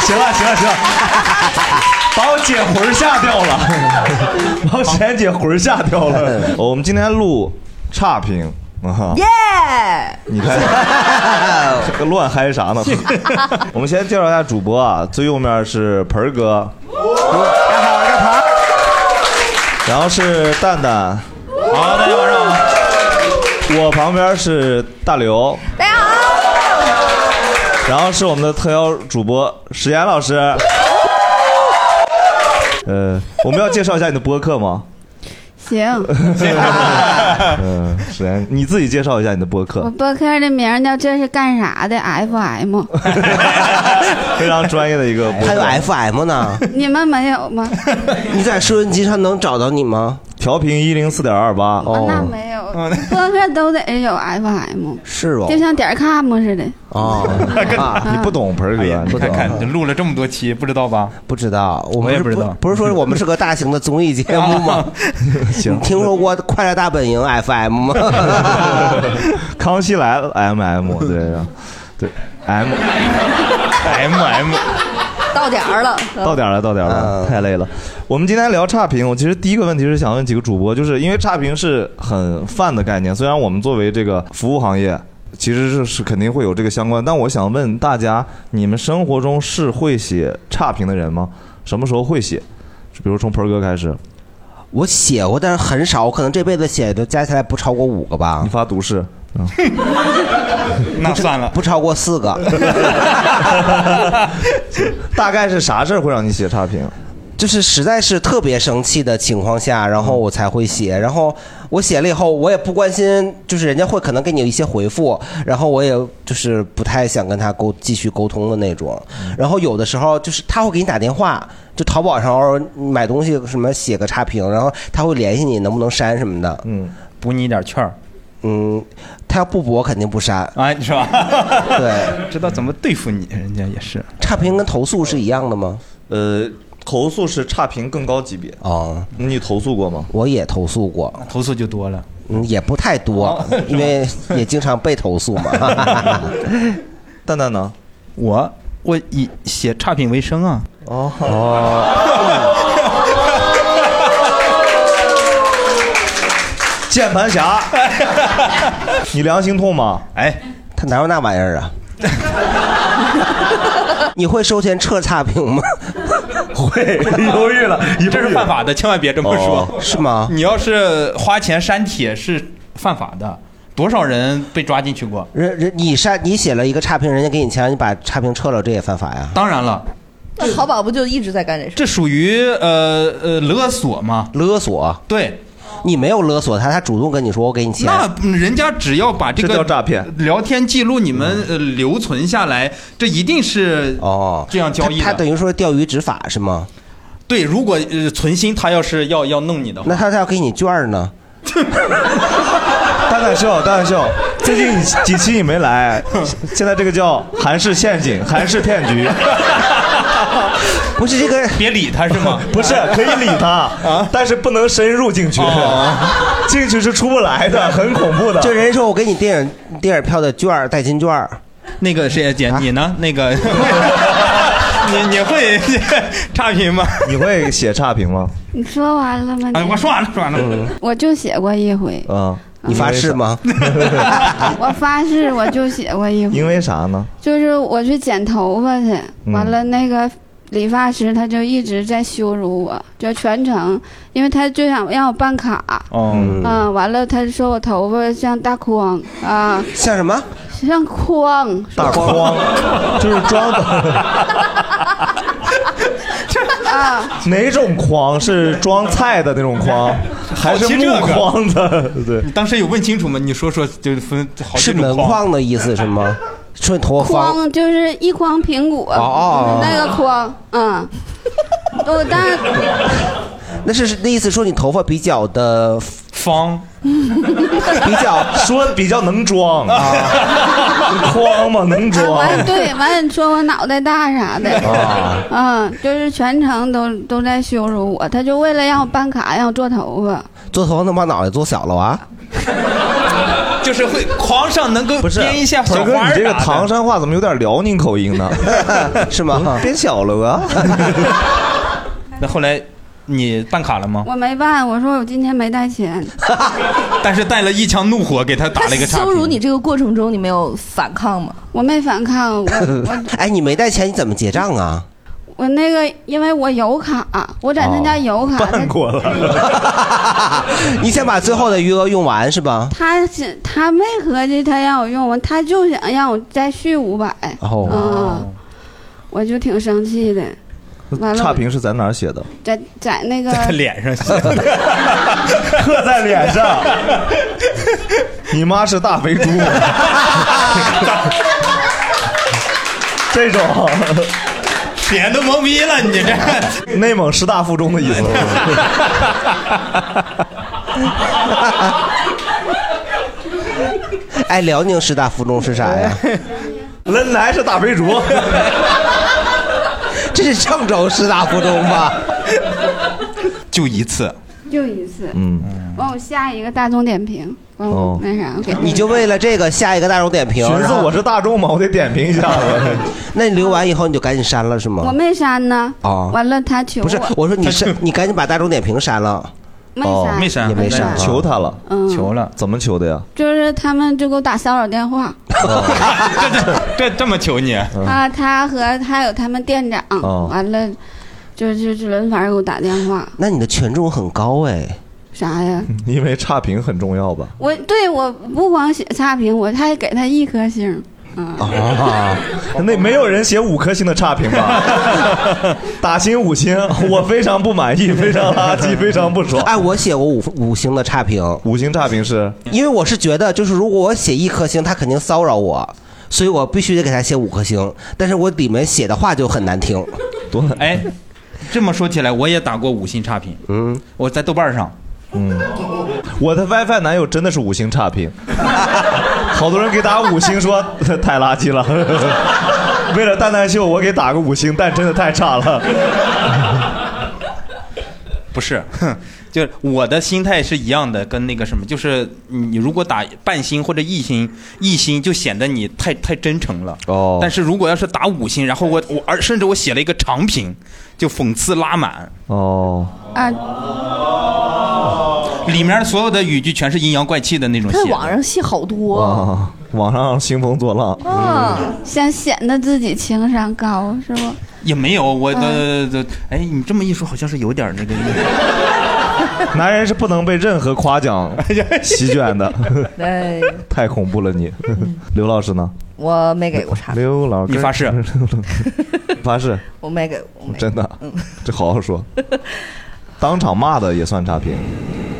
行了行了行了，把我姐魂儿吓掉了，把我璇姐魂儿吓掉了。我们今天录差评啊，耶！你看这乱嗨啥呢？我 们先介绍一下主播啊，最右面是盆儿哥，大家好，我是盆儿，然后是蛋蛋，好，大家晚上好。我旁边是大刘，大家好。然后是我们的特邀主播石岩老师。呃，我们要介绍一下你的播 客吗？行，呃嗯，石岩，你自己介绍一下你的播客我。播客的名儿叫这是干啥的 FM，非常专业的一个播客。还有 FM 呢？ 你们没有吗？你在收音机上能找到你吗？调频一零四点二八。啊哦那没有，哦播客都得有 FM，是哦 就像点儿 com 似的。 啊，你不懂盆儿哥，不哎看懂，看，就录了这么多期，不知道吧？不知道，我们我也是不知道不是说我们是个大型的综艺节目吗？ 行你听说过《快乐大本营》FM 吗？ 康 熙来了 MM 对啊对，M，M，M M M M 到点儿了， 到点儿了到点儿了，嗯太累了。我们今天聊差评，我其实第一个问题是想问几个主播，就是因为差评是很泛的概念，虽然我们作为这个服务行业。其实是是肯定会有这个相关，但我想问大家，你们生活中是会写差评的人吗？什么时候会写？比如从盆儿哥开始，我写过，但是很啊少，我可能这辈子写的加起来不超过五个吧你，发毒誓，嗯， 那算了，不超过四个。 大概是啥事儿会让你写差评？就是实在是特别生气的情况下，然后我才会写。然后我写了以后，我也不关心，就是人家会可能给你有一些回复，然后我也就是不太想跟他沟继续沟通的那种。嗯然后有的时候就是他会给你打电话，就淘宝上偶尔买东西什么写个差评，然后他会联系你能不能删什么的。嗯，补你一点券儿，嗯，他要不补我肯定不删。哎，是吧？ 对， 知道怎么对付你，人家也是。差评跟投诉是一样的吗？呃，投诉是差评更高级别。哦，你投诉过吗？我也投诉过。投诉就多了。哦嗯，也不太多，因为也经常被投 诉嘛。 蛋蛋呢？我我以写差评为生啊， 键盘侠，你良心痛吗？哎，他哪有那玩意儿啊？ 你会收钱撤差评吗？会，犹豫了， 这是犯法的，千万别这么说。是 吗？你要是花钱删帖是犯法的，多少人被抓进去过？人人你删你写了一个差评，人家给你钱，你把差评撤了，这也犯法呀？当然了，那淘宝不就一直在干这事？这属于呃呃勒索嘛？勒索？对，你没有勒索他，他主动跟你说我给你钱，那嗯人家只要把这个这叫诈骗聊天记录你们呃留存下来，这一定是哦，这样交易他，他的。等于说钓鱼执法是吗？对，如果呃存心他要是要要弄你的话， 那他他要给你券儿呢？蛋蛋秀，蛋蛋秀，哦最近几期你没来，现在这个叫韩式陷阱、韩式骗局，不是这个，别理他是吗？ 啊不是可以理他，但是不能深入进去，进去是出不来的，很恐怖的。就人家说我给你电影电影票的券儿代金券儿，那个谁姐，啊你呢？那 个你你会 差评吗？你会写差评吗？你说完了吗？哎，我说完了，说完了。我就写过一回，嗯，你发誓吗？啊我发誓我就写过一回，因为啥呢？就是我去剪头发去，完了那个。理发师他就一直在羞辱我，就全程，因为他就想让我办卡，哦，嗯，完了他说我头发像大筐啊，像什么？像筐，大框， 就是装的，啊，哪种框是装菜的那种框，还是木 框的？对。 你当时有问清楚吗？你说说，就分好几是种门框。框的意思是吗？说你头发方，筐就是一筐苹果，哦那个筐，嗯，我当然那是那意思说你头发比较的方， 比较 说比较能装 啊，框嘛能装完对，完你说我脑袋大啥的，啊嗯，就是全程都都在羞辱我，他就为了让我办卡，让我做头发，做头发能把脑袋做小了 啊？就是会狂上能 够编一下小小哥，花儿你啊这个啥的唐山话怎么有点辽宁 口音呢？是吗？变小了啊吧？那后来你办卡了吗？我没办，我说我今天没带钱，但是带了一腔怒火给他打了一个差评。羞辱你这个过程中，你没有反抗吗？我没反抗，我我 哎，你没带钱，你怎么结账啊？我那个因为我有卡，我在他家 有卡，他过了，你先把最后的余额用完是吧？他是他没合计他让我用完，他就想让我再续五百，哦嗯，我就挺生气的。完了，差评是在哪儿写的？在在那个在他嗯脸上写， 刻在脸上。你妈是大肥猪吗？ 这种 脸都懵逼了，你 这内蒙师大附中的意思。哎，辽宁师大附中是啥 呀？人来是大肥 猪， 这是郑州师大附中 吧？就一次， 就一次，嗯，完我下一个大众点评，完哦我那啥，我给哎你就为了这个下一个大众点评？寻然思后我是大众嘛，我得点评一下子。 那你留完以后你就赶紧删了是我吗？没删呢。哦完了他求不是，我说你删，你赶紧把大众点评删了。没哦删，没删也没删求他了，嗯，求了，怎么求的呀？就是他们就给我打骚扰电话这这这这么求你，嗯嗯啊，他和还有他们店长哦，完了就就就轮番给我打电话，那你的权重很高哎，啥呀？嗯嗯因为差评很重要吧？我对我不光写差评，我还给他一颗星。嗯，啊，那没有人写五颗星的差 评吧？打星五星，我非常不满意，非常垃圾，非常不爽。哎，我写过五五星的差评，五星差评是因为我是觉得，就是如果我写一颗星，他肯定骚扰我，所以我必须得给他写五颗星。但是我里面写的话就很难听，多难？哎，这么说起来，我也打过五星差评，嗯，我在豆瓣上，我的 WiFi 男友真的是五星差 评，好多人给打五星说 太垃圾了。 为了蛋蛋秀，我给打个五星，但真的太差 了。不是，哼， 就是我的心态是一样的，跟那个什么，就是你如果打半星或者一星，一星就显得你太太真诚了。哦但是如果要是打五星，然后我我而甚至我写了一个长评，就讽刺拉满，哦，啊，里面所有的语句全是阴阳怪气的那种写看的。网上戏好多啊啊，网上兴风作浪，想啊显得自己情商高是 不？也没有我的的，哎，你这么一说，好像是有点那个意思。 男人是不能被任何夸 奖席卷的， 哎，太恐怖了你。刘老师呢？我没嗯给过差评，刘老师，你发誓发誓，我没给，我没给嗯真的，这好好说。当场骂的也算差评。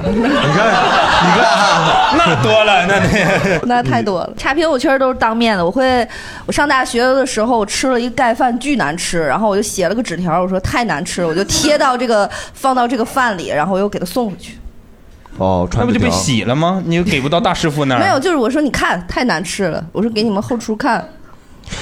你看， 啊嗯那多了，那那 那太多了。差评我确实都是当面的。我会，我上大学的时候，我吃了一盖饭，巨难吃，然后我就写了个纸条，我说太难吃了，我就贴到这个放到这个饭里，然后我又给他送回去。 哦，那传不就纸被条洗了吗？你又给不到大师傅那儿。没有，就是我说你看太难吃了，我说给你们后厨看，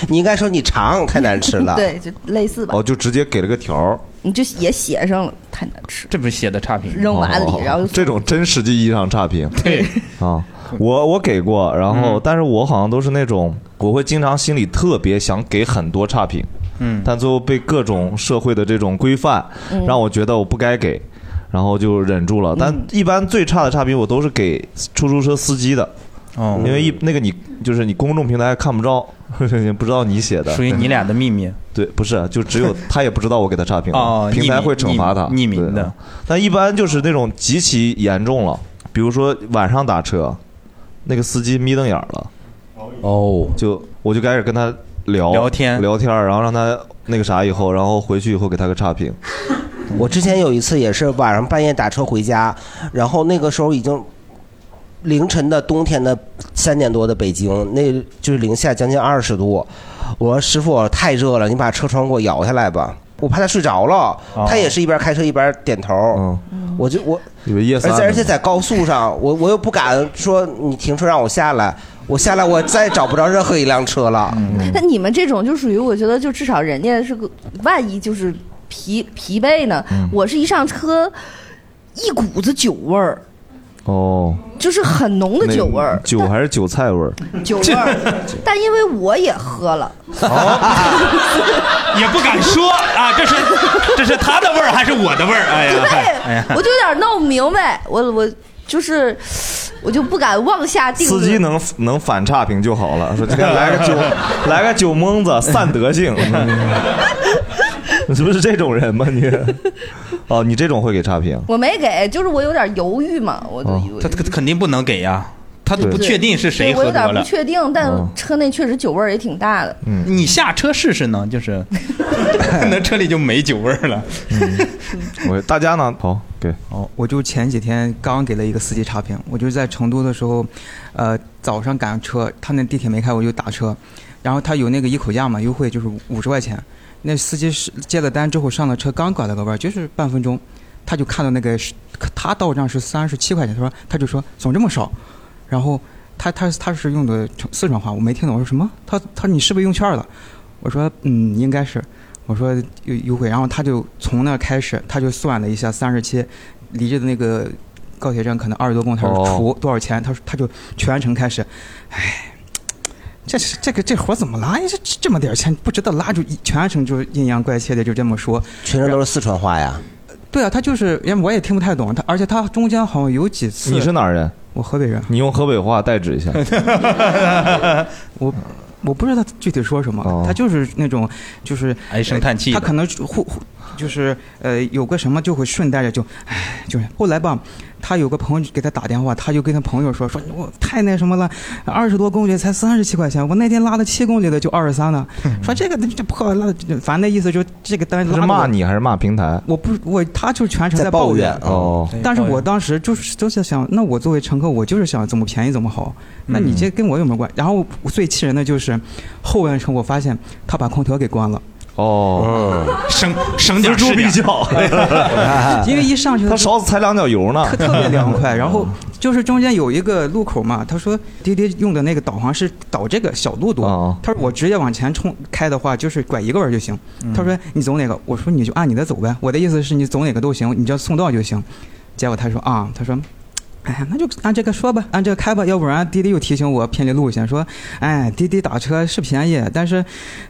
你应该说你尝太难吃了。， 对，就类似吧，哦，就直接给了个条儿。你就也写上了太难吃，这不是写的差评。扔碗哦里，然后就送这种真实际意义上差评对，嗯啊，我我给过，然后、但是我好像都是那种，我会经常心里特别想给很多差评，嗯，但最后被各种社会的这种规范，让我觉得我不该给，然后就忍住了。但一般最差的差评我都是给出租车司机的，哦因为一那个你就是你公众平台看不着， 也不知道你写的属，于你俩的秘密。对，不是，啊就只有他也不知道我给他差评 了，哦平匿台名会惩罚他，匿匿名对嗯的。但一般就是那种极其严重了，比如说晚上打车，那个司机眯瞪眼儿了，哦，就我就开始跟他聊聊天聊天儿，然后让他那个啥以后，然后回去以后给他个差评。我之前有一次也是晚上半夜打车回家，然后那个时候已经凌晨的冬天的三点多的北京，那就是零下将近二十度。我说师傅太热了，你把车窗给我摇下来吧。我怕他睡着了，哦他也是一边开车一边点头。我就我嗯以为夜而三呢，且而且在高速上，我我又不敢说你停车让我下来，我下来我再也找不着任何一辆车了。嗯那你们这种就属于，我觉得就至少人家是个万一就是疲疲惫呢，嗯我是一上车一股子酒味儿，哦，就是很浓的那酒味儿，酒还是韭菜味儿？酒味儿。但因为我也喝了， 也不敢说啊，这是这是他的味儿还是我的味儿？哎呀，哎呀我，就有点闹不明白，我我就是我就不敢妄下定司机论。能能反差评就好了，说这个来个酒来个酒蒙子散德性，你是不是这种人吗你？哦，你这种会给差评。我没给，就是我有点犹豫嘛，我就哦有他他肯定不能给呀，他都不对确定是谁对我喝有多点不了。确定，但哦嗯车内确实酒味儿也挺大的。你下车试试呢，就是 可能车里就没酒味儿了。 我大家呢？好，给哦，我就前几天刚给了一个司机差评，我就是在成都的时候，呃，早上赶车，他那地铁没开，我就打车，然后他有那个一口价嘛，优惠就是五十块钱，那司机是接了单之后上了车，刚拐了个弯儿，就是半分钟，他就看到那个是他到账是三十七块钱，他说他就说怎么这么少，然后他他他是用的成四川话，我没听懂，我说什么？他他说你是不是用券了？我说嗯，应该是。我说有优惠，然后他就从那开始，他就算了一下三十七，离着那个高铁站可能二十多公里，他说哦除多少钱，他说他就全程开始，哎，这是这个这活怎么拉？这这这么点钱不值得拉住，全程就是阴阳怪气的就这么说。全程都是四川话呀，对啊，他就是，因为我也听不太懂他，而且他中间好像有几次，你是哪儿人？我河北人，你用河北话代指一 下。 我我不知道他具体说什么，哦他就是那种就是唉声叹气的他可能互互就是呃有个什么就会顺带着就唉就是后来吧。他有个朋友给他打电话，他就跟他朋友说：“说我太那什么了，二十多公里才三十七块钱，我那天拉了七公里的就二十 三了。说这个这破拉的，反正那意思就是这个单他拉是得骂我，你还是骂平台？我不我他就全程在抱抱怨怨，哦，但是我当时就是就是想，那我作为乘客，我就是想怎么便宜怎么好。那你这跟我有没有关？然后我最气人的就是后半程，我发现他把空调给关了，哦，省省点儿是点儿。较， 因为一上去他他勺子踩两脚油呢。特特别凉 快。然后就是中间有一个路口嘛，他说滴滴用的那个导航是导这个小路哦多，他说我直接往前冲开的话，就是拐一个弯儿就行。他说你走哪个？我说你就按你的走呗。我的意思是你走哪个都行，你只要送到就行。结果他说啊，他说。哎呀，那就按这个说吧，按这个开吧，要不然滴滴又提醒我偏离路线，说，哎，滴滴打车是便宜，但是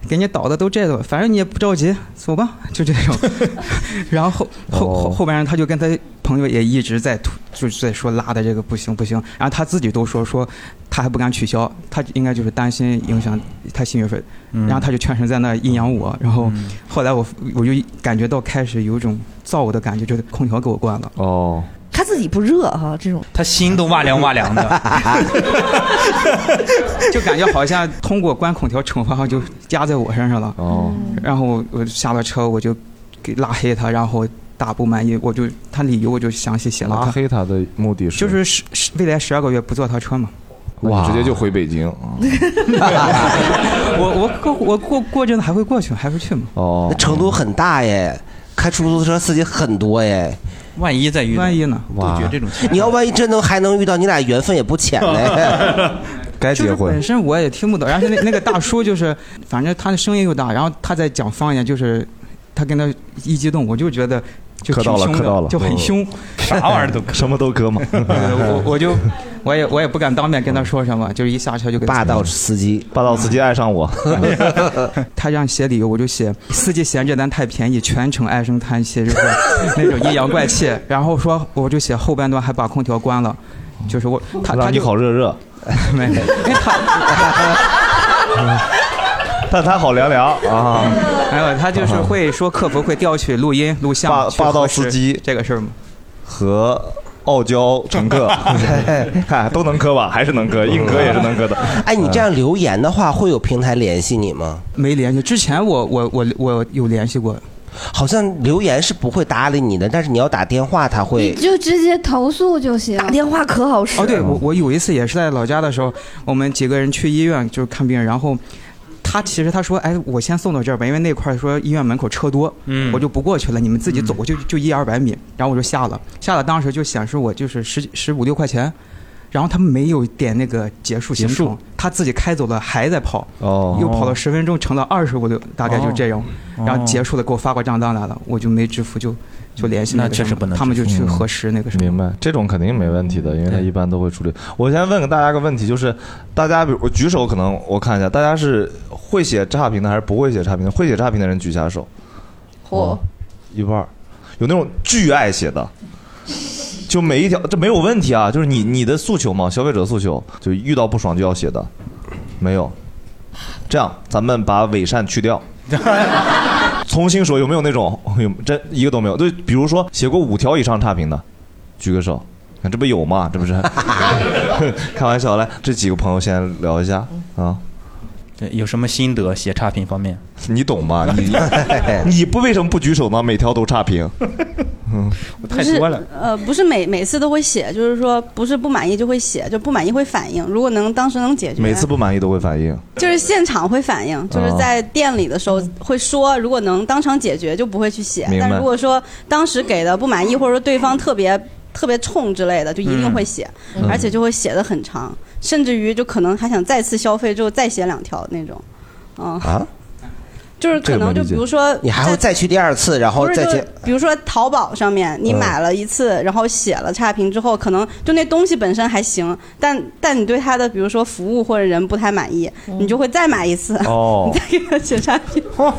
给你导的都这个，反正你也不着急，走吧，就这种。 然后后后后半人他就跟他朋友也一直在吐，就是在说拉的这个不行不行，然后他自己都说说他还不敢取消，他应该就是担心影响他信誉分，然后他就全程在那阴阳我，然后后来我我就感觉到开始有一种燥我的感觉，就是空调给我关了。哦，他自己不热哈、这种他心都哇凉哇凉的， 就感觉好像通过关空调惩罚就加在我身上了。哦，然后我我下了车，我就给拉黑他，然后大不满意，我就他理由我就详细写了拉他，黑他的目的是就是十十未来十二个月不坐他车嘛。哇，直接就回北 京。我我过我过过阵子还会过去，还会去嘛。哦那，成都很大耶，开出租车司机很多耶。万一再遇到 万一呢 杜绝这种情你况，要万一真能还能遇到，你俩缘分也不浅 嘞。该就结是婚本。身我也听不懂，然后那 那个大叔就是，反正他的声音又大，然后他在讲方言，就是他跟他一激动，我就觉得就磕挺到了凶磕到了的，就很凶。 啥玩意儿都 可什么都割嘛，我我就我也我也不敢当面跟他说什么，就是一下车就给他霸道司机，霸道司机爱上我， 他让写理由，我就写司机嫌这单太便宜，全程哎唉声叹气，就是那种阴阳怪气。然后说我就写后半段还把空调关了，就是我他他让你就好热热， 没，因为他 但他好凉凉啊！没有他就是会说客服会调取录音录像霸去霸道核实司机这个事儿嘛。和傲娇乘客，看都能磕吧，还是能磕，硬磕也是能磕的。哎，你这样留言的话，会有平台联系你吗？没联系，之前我我我我有联系过，好像留言是不会搭理你的，但是你要打电话，他会你就直接投诉就行。打电话可好使哦，对我我有一次也是在老家的时候，我们几个人去医院就是看病，然后他其实他说，哎，我先送到这儿吧，因为那块儿说医院门口车多，嗯我就不过去了，你们自己走，就就一二百米，然后我就下了，下了当时就显示我就是十十五六块钱。然后他没有点那个结束行结程束，他自己开走了，还在跑，哦又跑了十分钟，乘了二十五六，大概就这样，哦然后结束了，给我发过账单来了，我就没支付，就就联系那那个确什实么不能嗯他们支就付去核实那个什么，明白，这种肯定没问题的，因为他一般都会处理。我先问给大家个问题，就是大家，比如我举手，可能我看一下，大家是会写差评的还是不会写差评的？会写差评的人举下手，哦嚯，一半儿。有那种巨爱写的，就每一条这没有问题啊，就是你你的诉求嘛，消费者诉求，就遇到不爽就要写的，没有。这样，咱们把伪善 去掉。重新说，有没有那种有真一个都没有？就比如说写过五条以上差评的，举个手，看这不有吗？这不是 开玩笑。来，这几个朋友先聊一下啊，对有什么心得写差评方面？你懂 吗？你你不为什么不举手呢？每条都差评，嗯，不是呃，不是每每次都会写，就是说不是不满意就会写，就不满意会反应。如果能当时能解决，每次不满意都会反应。就是现场会反应，就是哦在店里的时候会说，如果能当场解决就不会去写明。白但如果说当时给的不满意，或者说对方特别特别冲之类的，就一定会写，嗯而且就会写的很长，甚至于就可能还想再次消费之后再写两条那种。嗯，啊，就是可能就比如说你还会再去第二次，然后不是再就接是，比如说淘宝上面你嗯买了一次，然后写了差评之后，可能就那东西本身还行，但但你对它的比如说服务或者人不太满意，你就会再买一 次，哦你再给他写差评。哦，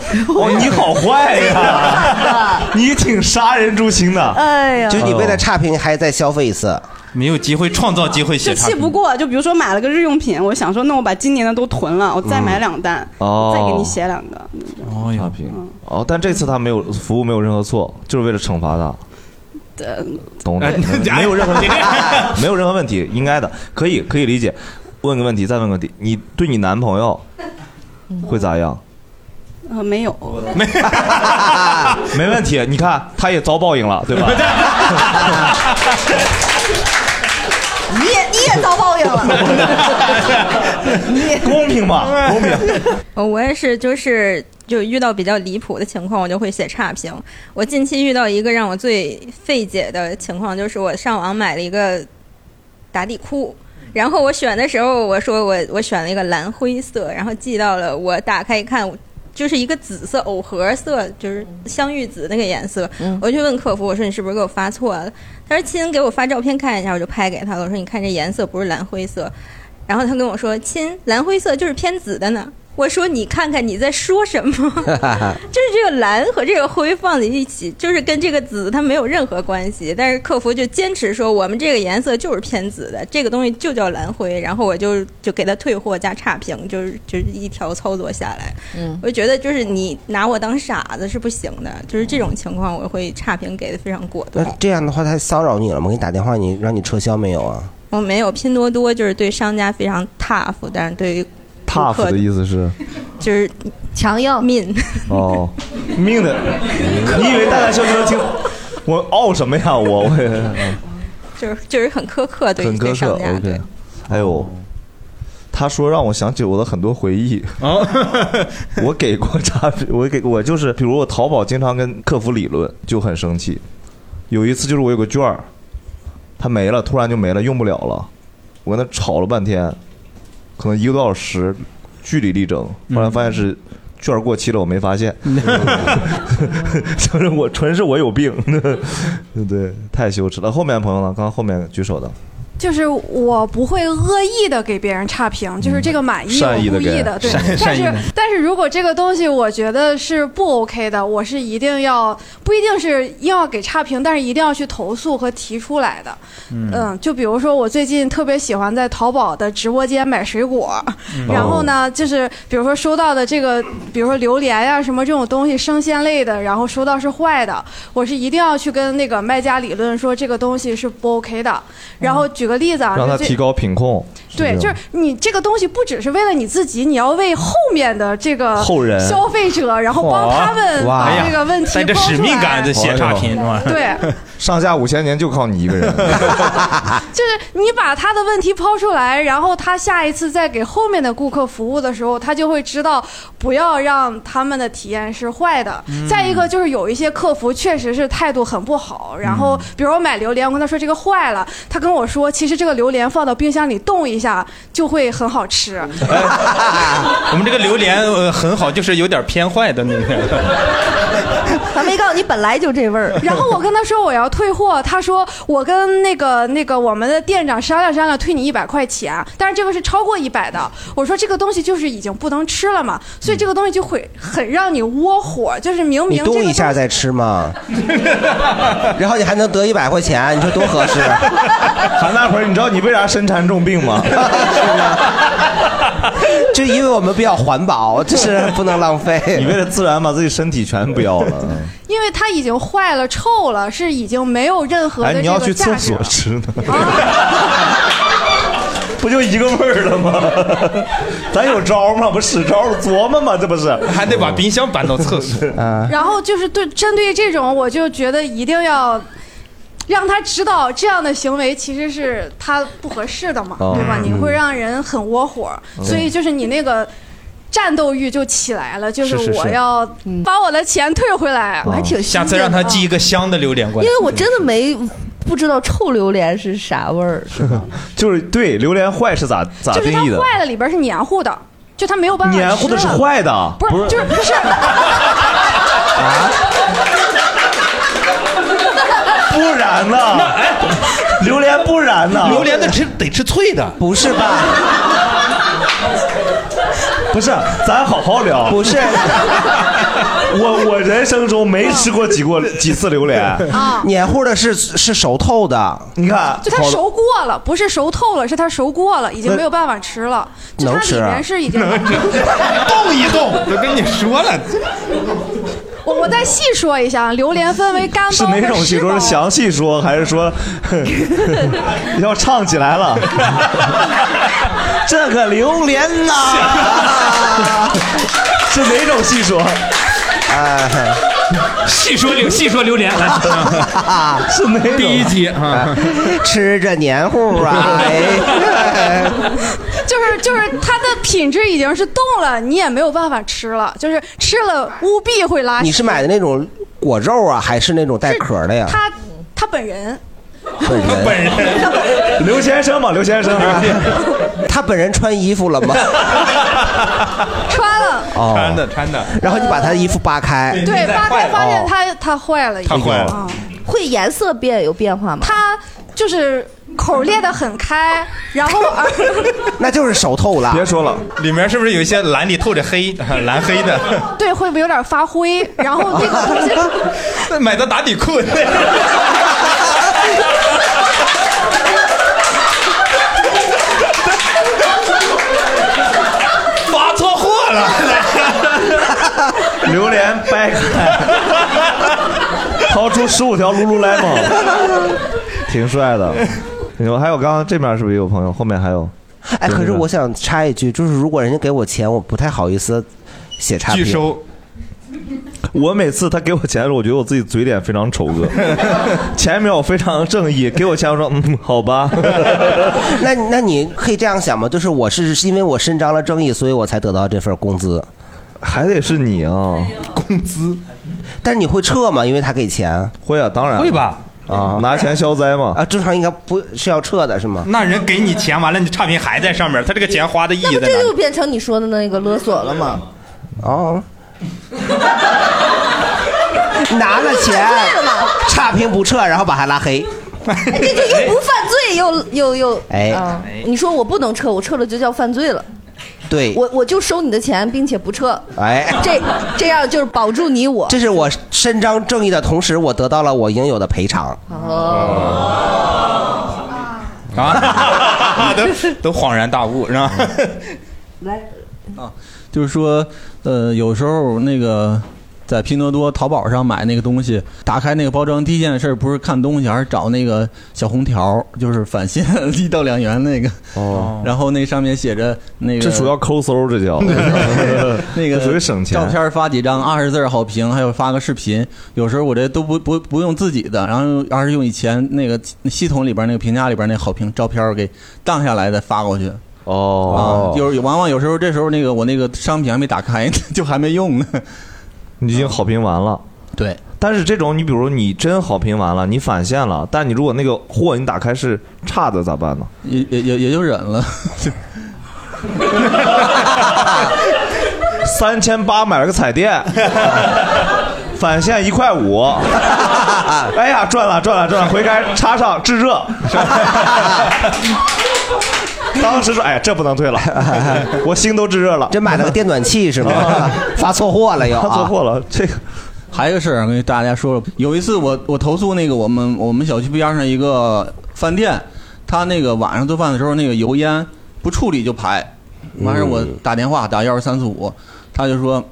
你好哎坏呀！你挺杀人诛心的。哎呀就是你为了差评还再消费一次， 没有机会创造机会就写差气评，不过，就比如说买了个日用品，我想说，那我把今年的都囤了，我再买两单，哦再给你写两个。差评嗯哦，但这次他没有服务，没有任何错，就是为了惩罚他，呃，懂哎懂没有任何问题，没有任何问题，应该的，可以可以理解。问个问题，再问个问题，你对你男朋友嗯会咋样？ 呃，没 有，没，没问题。你看，他也遭报应了，对吧？你也你 也遭报应了，公平嘛，公平。呃 我也是，就是就遇到比较离谱的情况，我就会写差评。我近期遇到一个让我最费解的情况，就是我上网买了一个打底裤。然后我选的时候，我说我我选了一个蓝灰色，然后寄到了我打开一看，就是一个紫色藕荷色，就是香芋紫那个颜色。我就问客服，我说你是不是给我发错了？他说亲，给我发照片看一下，我就拍给他了。我说你看这颜色不是蓝灰色。然后他跟我说亲，蓝灰色就是偏紫的呢。我说你看看你在说什么， 就是这个蓝和这个灰放在一起，就是跟这个紫它没有任何关系。但是客服就坚持说我们这个颜色就是偏紫的，这个东西就叫蓝灰。然后我就就给他退货加差评，就是就是一条操作下来，嗯我就觉得就是你拿我当傻子是不行的，就是这种情况我会差评给的非常果断。那这样的话他骚扰你了吗？给你打电话，你让你撤销没有啊？我没有拼多多，就是对商家非常 tough，但是对于顾 tough 客的意思是就是强硬 mean。哦，命的，你以为大家消费者听我傲什么呀？我我也。 就是就是很苛刻对很对苛刻商家。 ，OK。哎呦，他说让我想起我的很多回忆。 我给过差评，我给我就是，比如我淘宝经常跟客服理论，就很生气。有一次就是我有个券儿，它没了，突然就没了，用不了了。我跟他吵了半天，可能一个多小时，据理力争。后来发现是券儿过期了，我没发现。就是我纯是我有病， 对，太羞耻了。后面朋友呢？刚刚后面举手的，就是我不会恶意的给别人差评，就是这个满意嗯善我意地故意给的，对善。但善意是地但是如果这个东西我觉得是不 OK 的，我是一定要不一定是硬要给差评，但是一定要去投诉和提出来的。嗯嗯，就比如说我最近特别喜欢在淘宝的直播间买水果，嗯然后呢，就是比如说收到的这个，比如说榴莲呀、什么这种东西，生鲜类的，然后收到是坏的，我是一定要去跟那个卖家理论说这个东西是不 OK 的。然后举个例子啊，嗯让他就这提高品控，对，是这就样是你这个东西不只是为了你自己，你要为后面的这个后人消费者，然后帮他们把这个问题带哎着抛使出命来感的写差评是吧？对， 上下五千年就靠你一个人。就是你把他的问题抛出来，然后他下一次再给后面的顾客服务的时候，他就会知道不要让他们的体验是坏的。嗯再一个就是有一些客服确实是态度很不好，然后比如我买榴莲，我跟他说这个坏了，他跟我说其实这个榴莲放到冰箱里冻一下就会很好吃。我们这个榴莲呃很好，就是有点偏坏的那个。 他没告诉你本来就这味儿。然后我跟他说我要退货，他说我跟那个那个我们的店长商量商量，退你一百块钱，但是这个是超过一百的。我说这个东西就是已经不能吃了嘛，所以这个东西就会很让你窝火，就是明你明这动个一下再吃 嘛，然后你还能得一百块钱，你说多合适？啊 韩大鹏，你知道你为啥身缠重 病吗？就 因为我们比较环保，就是不能浪费。你为了自然把自己身体全不要 了。哎因为它已经坏了、臭了，是已经没有任何哎，的你这要个去价厕值所啊了。吃呢？ 不就一个味儿了吗？ 咱有招吗？不使招琢磨吗？这不是？啊还得把冰箱搬到厕 所。然后就是对针对这种，我就觉得一定要让他知道这样的行为其实是他不合适的嘛，哦对吧？嗯你会让人很窝火，嗯所以就是你那个。战斗欲就起来了，就是是是我要把我的钱退回来，我还挺下次让他寄一个香的榴莲过因来。为我真的没不知道臭榴莲是啥味儿，是吧？就是对榴莲坏是咋咋就是它定义的？坏啊了里边是黏糊的，就它没有办法黏糊的吃是了坏的，不是就是不是不然呢？榴莲不然呢？哎榴莲得吃得吃脆的，不是吧？不是，咱好好聊。不是，我我人生中没吃过几过几次榴莲啊黏糊的是是熟透的，你看就它熟过了，不是熟透了，是它熟过了，已经没有办法吃了。就它能吃里啊面是已经 动一动，都跟你说了， 我我再细说一下，啊榴莲分为干是包哪和种细湿包说？。是详细说还 是说要唱起来了？这个 榴莲呐，是哪种细说？哎， 细说榴细说榴莲来， 啊是哪种？第一集啊，哎吃着黏糊 啊，哎，就是就是它的品质已经是冻了，你也没有办法吃了，就是吃了务必会拉你是买的那种果肉啊，还是那种带壳的呀？他他本人。 本人，本人，刘先生嘛，刘先生，他本人穿衣服了吗？ 穿了，哦，穿的穿的，然后你把他的衣服扒开，对，发现发哦哦现它它坏了已经，它坏了啊嗯会颜色变有变化吗？它就是口裂的很开，然后而那就是熟透了。别说了，里面是不是有一些蓝里透着黑， 蓝黑的？ 对会不会有点发灰？然后这个东西 那买的打底裤，发错货了。榴莲掰开，掏出十五条噜噜 lemon，挺 帅的。我还有刚刚这面是不是也有朋友？后面还有。哎，可是我想插一句，就是如果人家给我钱，我不太好意思写差评。拒收我每次他给我钱的时候，我觉得我自己嘴脸非常丑 恶。前一秒我非常正义，给我钱我说嗯好吧。 那那你可以这样想吗？就是我是是因为我伸张了正义，所以我才得到这份工资。还得是你啊，工资。 但是你会撤吗？因为他给钱。会啊，当然会吧。啊，拿钱消灾嘛。啊，正常应该不是要撤的是吗？那人给你钱，完了你差评还在上面，他这个钱花的意义那不在哪这就里？变成你说的那个勒索了吗？哦，拿了钱对了嘛，差评不撤，然后把他拉黑。哎这就又不犯罪，又又又哎啊你说我不能撤，我撤了就叫犯罪了。对，我我就收你的钱，并且不撤，哎，这这样就是保住你我。这是我伸张正义的同时，我得到了我应有的赔偿。哦啊，都都恍然大悟是吧？ 就是说，呃，有时候那个在拼多多、淘宝上买那个东西，打开那个包装，第一件事不是看东西，而是找那个小红条，就是返现 一到两元那个。哦，然后那上面写着那个，这主要抠搜，这叫 那个 这属于省钱照片发几张，二十字好评，还有发个视频。有时候我这都不不不用自己的，然后而是用以前那个系统里边那个评价里边那好评照片给当下来再发过去。哦啊，有往往有时候这时候那个我那个商品还没打开，就还没用嗯呢。你已经好评完了。对，但是这种你比如你真好评完了，你返现了，但你如果那个货你打开是差的咋办呢？也也也也就忍了。 三千八买了个彩电，返现一 块五，哎呀赚了赚了赚了，回该插上制 热。当时说，哎呀，这不能退了，我心都炙热了。真买了个电暖器 是吗？发错货了又、啊，发错货了， 这个。还有一个事儿跟大家说说，有一次我我投诉那个我们我们小区边上一个饭店，他那个晚上做饭的时候那个油烟不处理就排，完事儿我打电话打幺二三四五，他就说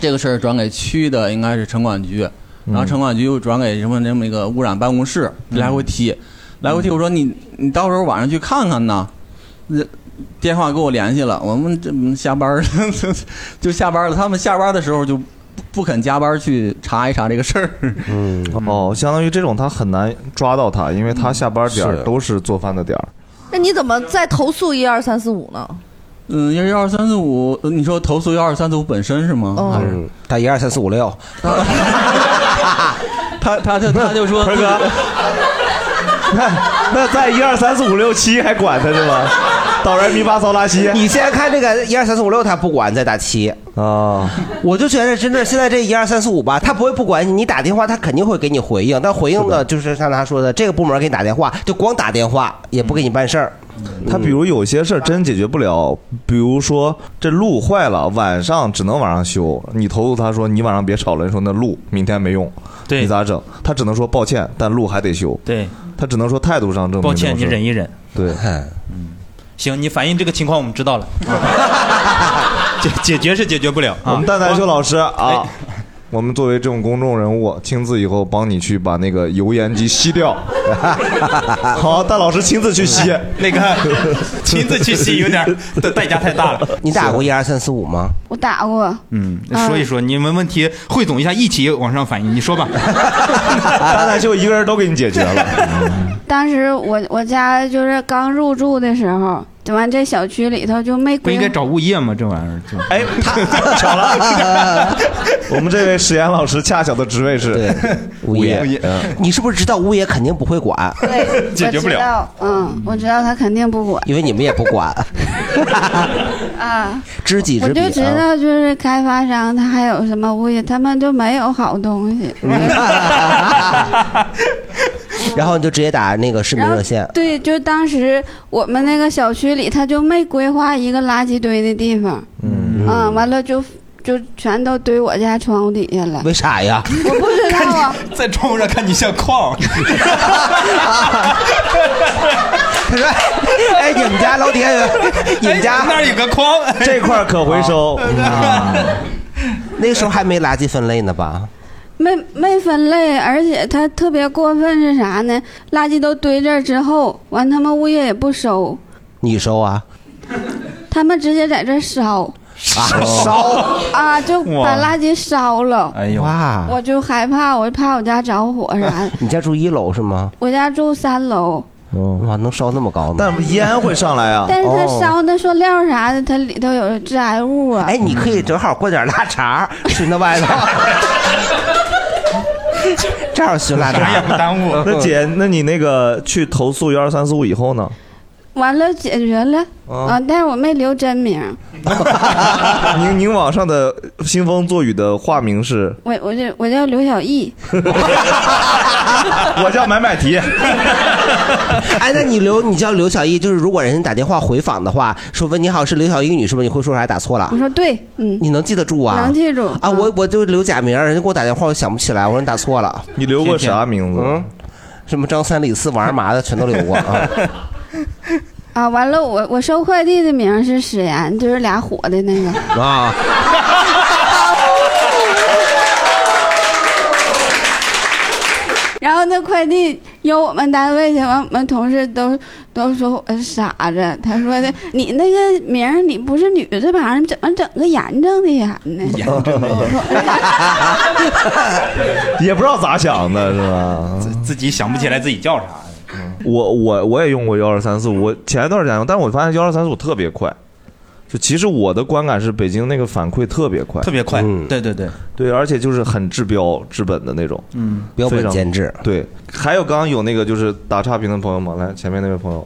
这个事儿转给区的应该是城管局，然后城管局又转给什么那么一个污染办公室，来嗯回踢，来回踢。我说你你到时候晚上去看看呐，那电话给我联系了，我们这下班儿 就下班了，他们下班的时候就不不肯加班去查一查这个事儿。 嗯，哦，相当于这种他很难抓到他，因为他下班点儿是都是做饭的点儿。那你怎么再投诉一二三四五呢？嗯，幺幺二三四五，呃你说投诉幺二三四五本身是吗？哦还是嗯打一二三四五六。他他他他 就说，鹏哥，那那在一二三四五六七还管他是吗？哆来咪发嗦拉西，你先看这个一二三四五六，他不管，再打七啊。我就觉得真的现在这一二三四五吧，他不会不管你，你打电话他肯定会给你回应，但回应呢就是像他说的，这个部门给你打电话，就光打电话也不给你办事儿。嗯他比如有些事儿真解决不了，比如说这路坏了，晚上只能晚上修。你投诉他说你晚上别吵了，你说那路明天没用，对你咋整？他只能说抱歉，但路还得修。对，他只能说态度上证明抱歉这种事你忍一忍。对，行，你反映这个情况我们知道 了，解解决是解决不了我啊们。蛋蛋修老师啊，我们作为这种公众人物，亲自以后帮你去把那个油烟机吸 掉。好，蛋老师亲自去吸。那个亲自去吸有点儿的代价太大了。嗯你打啊过一二三四五吗？我打过，嗯，说一说你们问题汇总一下，一起往上反映。你 说吧，蛋蛋秀一个人都给你解决了。当时我我家就是刚入住的时候，完这小区里头就没 不规应该找物业吗？这玩意儿就哎，他 巧了， 我们这位史岩老师恰巧的职位是物业 物业嗯你是不是知道物业肯定不会管？对，解决不了我知道，嗯，我知道他肯定不管因为你们也不管，啊。知己我知彼就知啊。道，就是开发商他还有什么物业，他们就没有好东西。然后你就直接打那个市民热线。对，就当时我们那个小区里，他就没规划一个垃圾堆的地方，嗯，完了就就全都堆我家窗户底下了。为啥呀？我不知道啊，在窗户上看你 像矿，他说：“ 哎，你们家楼底下有，你们家哎那儿有个筐， 这块儿可回 收。啊 那个时候还没垃圾分类呢吧？没没分类，而且他特别过分是啥呢？垃圾都堆这儿之后，完他们物业也不收，你收啊？他们直接在这儿烧啊，烧！啊，就把哇垃圾烧了。哎呦，哇！我就害怕，我怕我家着火 啥的。你家住一楼是吗？我家住三楼，哇，能烧那么高呢？嗯但烟会上来啊！ 但是它哦烧的塑料啥的，它里头有致癌物啊。哎，你可以正好灌点腊 肠儿熏到外头，正好熏腊肠啥也儿。不耽误。 那姐，那你那个去投诉幺二三四五 以后呢？完了解决了哦啊，但是我没留真名，您您网上的兴风作雨的化名是？我我就我叫刘小艺，我叫买买提。 哎，那你刘，你叫刘小艺，就是如果人家打电话回访的话，说问你好是刘小艺女士吗？你会说啥？打错了我，说对，嗯，啊你能记得住啊？能记住啊，嗯我我就留假名儿，人家给我打电话，我想不起来，我说你打错了，你留过啥名字？嗯，什么张三李四王二麻的全都留过 啊。啊，完了我我收快递的名 是啊史岩，就是俩火的那个，啊！后那快递邮我们单位去，完我们同事都都说我是傻子。他说的你那个名儿你不是女字旁，你怎么整个炎症的炎哎呢？ 也不知道咋想的，是吧？自己想不起来自己叫啥。我我我也用过幺二三四，我前一段时间用，但我发现幺二三四特别快。就其实我的观感是，北京那个反馈特别快， 特别快嗯嗯对对对对，而且就是很治标治本的那种，嗯标本兼治。对，还有刚刚有那个就是打差评的朋友们，来前面那位朋友，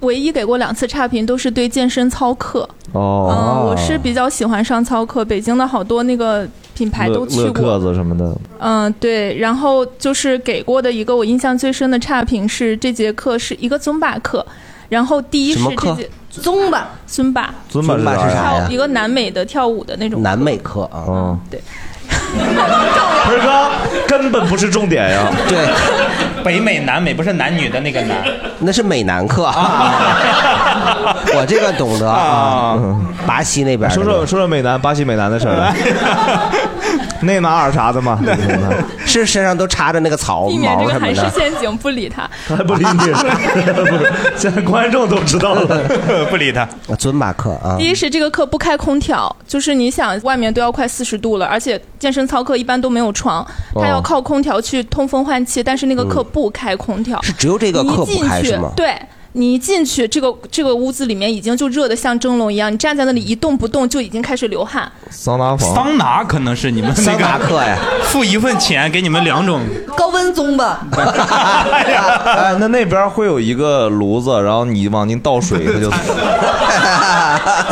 唯一给过两次差评都是对健身操课。嗯、哦，我是比较喜欢上操课，北京的好多那个品牌乐都去乐过克。子什么的，嗯，对。然后就是给过的一个我印象最深的差评是这节课是一个尊巴课，然后第一是什么这课节尊巴尊巴尊巴是啥呀跳一个南美的跳舞的那种南美课啊，嗯，对，不是哥，根本不是重点呀。对，北美南美不是男女的那个男，那是美男课啊， 我这个懂得啊，巴西那边说说说说美男，巴西美男的 事儿。啊内马尔啥的嘛，是身上都插着那个草避免这毛个什么韩式的。陷阱，不理 他。还不理你，现在观众都知道 了，不理他。尊巴课啊，第一是这个课不开空调，就是你想外面都要快四十度了，而且健身操课一般都没有床，哦它要靠空调去通风换气，但是那个课嗯不开空调，是只有这个你一课不进开去是吗对。你一进去，这个这个屋子里面已经就热得像蒸笼一样，你站在那里一动不动就已经开始流汗。桑拿房，桑拿可能是你们桑拿课呀，付一份钱给你们两种，高温宗吧，哎，那那边会有一个炉子，然后你往进倒水， 它就死了。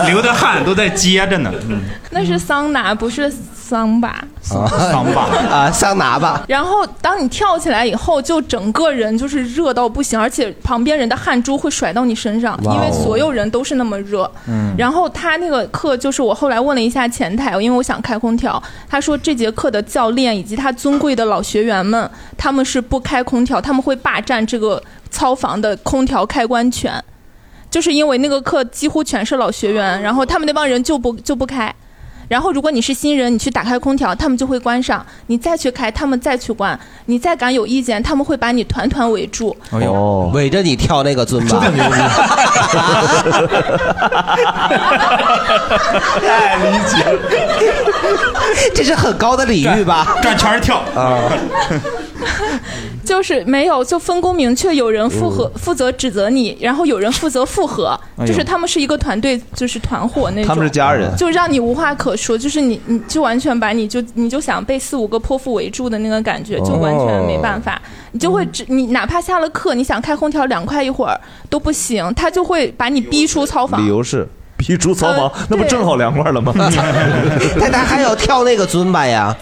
流的汗都在接着呢。嗯，那是桑拿，不是桑巴。桑巴 啊，桑拿吧。然后当你跳起来以后，就整个人就是热到不行，而且旁边人的汗珠会甩到你身上，哇哦因为所有人都是那么热。嗯然后他那个课就是我后来问了一下前台，因为我想开空调，他说这节课的教练以及他尊贵的老学员们，他们是不开空调，他们会霸占这个操房的空调开关权。就是因为那个课几乎全是老学哦员，然后他们那帮人就不就不开。然后如果你是新人，你去打开空调，他们就会关上；你再去开，他们再去关；你再敢有意见，他们会把你团团围住。哎哦，围着你跳那个尊巴，太理解了， 这是很高的礼遇吧？转圈跳啊， 就是没有，就分工明确，有人负责、负责指责你，然后有人负责复合，嗯哎呦就是他们是一个团队，就是团伙那种。他们是家人就让你无话可说，就是你你就完全把你就你就想被四五个泼妇围住的那个感哦觉，就完全没办法，你就嗯会只你哪怕下了课，你想开空调凉快一会儿都不行，他就会把你逼出操房理。由是逼出仓房呃，那不对正好凉快 了吗？但他还要跳那个尊巴呀。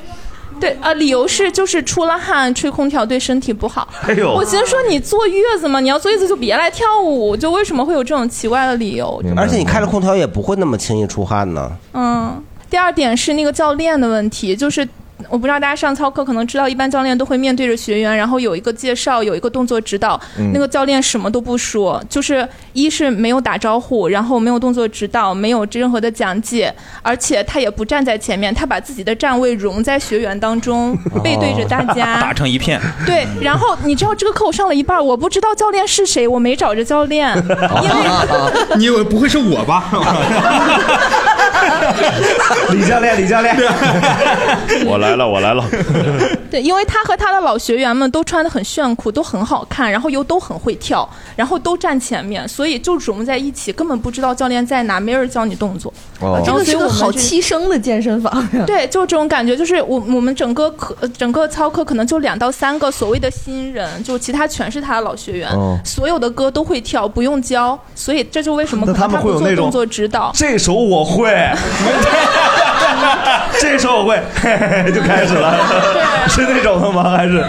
对，呃，理由是就是出了汗，吹空调对身体不好。哎呦我寻思说你坐月子嘛，你要坐月子就别来跳舞，就为什么会有这种奇怪的理由？而且你开了空调也不会那么轻易出汗呢。嗯，第二点是那个教练的问题，就是。我不知道大家上操课可能知道，一般教练都会面对着学员，然后有一个介绍，有一个动作指导。嗯那个教练什么都不说，就是一是没有打招呼，然后没有动作指导，没有任何的讲解，而且他也不站在前面，他把自己的站位融在学员当中，哦背对着大家。哦 打成一片。 对，然后你知道这个课我上了一半儿，我不知道教练是谁，我没找着教哦练，因为你以为不会是我 吧？李教练，李 教练，我 来了，我来了。对，因为他和他的老学员们都穿的很炫酷，都很好看，然后又都很会跳，然后都站前面，所以就融在一起，根本不知道教练在哪，没人教你动作。哦这个是个好欺生的健身房呀对，就这种感觉，就是我我们整个课呃整个操课可能就两到三个所谓的新人，就其他全是他的老学员，哦所有的歌都会跳，不用教，所以这就为什么那可能他们会不有做那种动作指导。这首我 会，这首我会， 嘿嘿嘿就开始了，是那种的 吗？还是？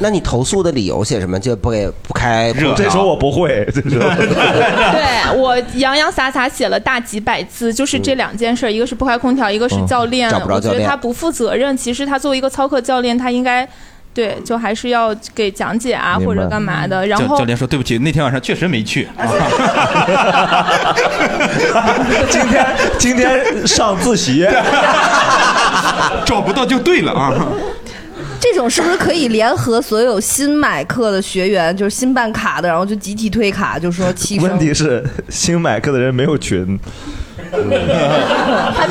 那你投诉的理由写什么？就不给不开空调？这时候我不会， 这时候对哎我洋洋洒洒写了大几百字，就是这两件事儿，一个是不开空调，一个是教练。嗯找不着我觉教得练他不负责任。其实他作为一个操课教练，他应该对，就还是要给讲解啊，明白或者干嘛的。然教后教 练说：“对不起，那天晚上确实没去。今天今天上自习，找不到就对了啊。”这种是不是可以联合所有新买课的学员，就是新办卡的，然后就集体退卡，就说提升问题是新买课的人没有群，还没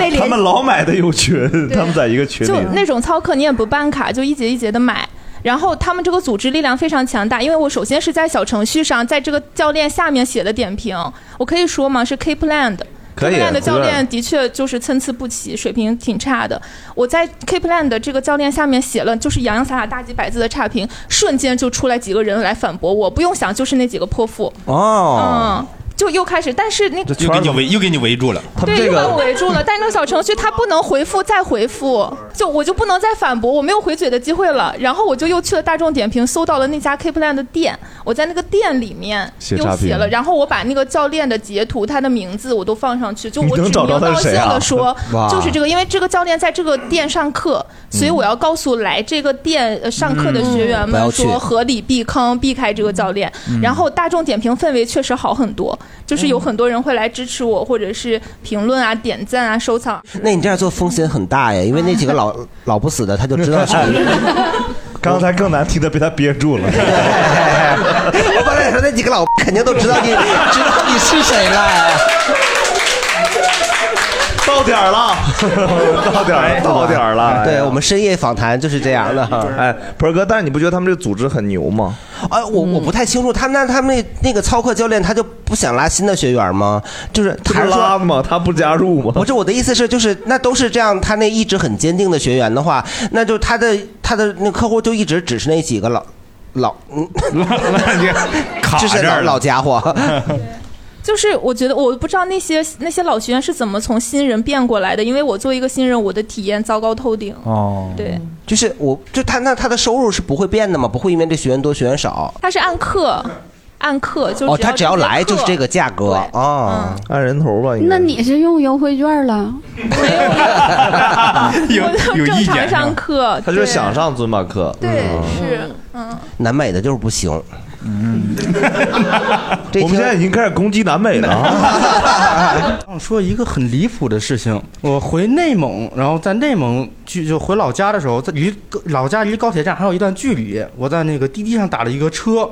他联们老买的有群， 他们在一个群就里。那种操课你也不办卡，就一节一节的买。然后他们这个组织力量非常强大，因为我首先是在小程序上，在这个教练下面写的点评，我可以说吗？是 K Plan 的。可以 K Plan 的胡教乱练的确就是参差不齐，水平挺差的。我在 K Plan 的这个教练下面写了，就是洋洋洒洒大几百字的差评，瞬间就出来几个人来反驳我，不用想，就是那几个泼妇。哦嗯，就又开始，但是那个又给你围，又给你围住了。对，又把我围住了。但是那个小程序它不能回复再回复，就我就不能再反驳，我没有回嘴的机会了。然后我就又去了大众点评，搜到了那家 K Plan 的店，我在那个店里面写又差评写了，然后我把那个教练的截图、他的名字我都放上去，就你我能指名找到道他是姓谁啊的说， 哇嗯就是这个，因为这个教练在这个店上课，所以我要告诉来这个店呃上课的学员嗯不要们去说合理避坑，避开这个教练。嗯然后大众点评氛围确实好很多，就是嗯有很多人会来支持我，或者是评论啊、点赞啊、收藏。那你这样做风险很大呀，因为那几个 老老不死的，他就知道 是你。刚才更难听的被他憋住了。我本来想说那几个老肯定都知道你知道你是谁了。到点儿了，到点儿了，到点儿了。哎对我们深夜访谈就是这样的。哎，鹏哥，但是你不觉得他们这个组织很牛吗？啊，我我不太清楚，他们那他们那那个操课教练他就不想拉新的学员吗？就是他还是不拉说吗？他不加入吗？不是我的意思是，就是那都是这样，他那一直很坚定的学员的话，那就他的他的那客户就一直只是那几个老老 嗯，卡就是这老儿了老家伙。就是我觉得我不知道那些那些老学员是怎么从新人变过来的，因为我作为一个新人，我的体验糟糕透顶。哦对，就是我就他那他的收入是不会变的嘛，不会因为这学员多学员少。他是按课，按课就是哦，他只要直接来就是课嗯这个价格啊，按人头吧那你是用优惠券了？有有正常上课，他就是对想上尊巴课。对嗯是嗯。南美的就是不行。我们现在已经开始攻击 南美了啊！我说一个很离谱的事情，我回内蒙，然后在内蒙去就回老家的时候，在离老家离高铁站还有一段距离，我在那个滴滴上打了一个车，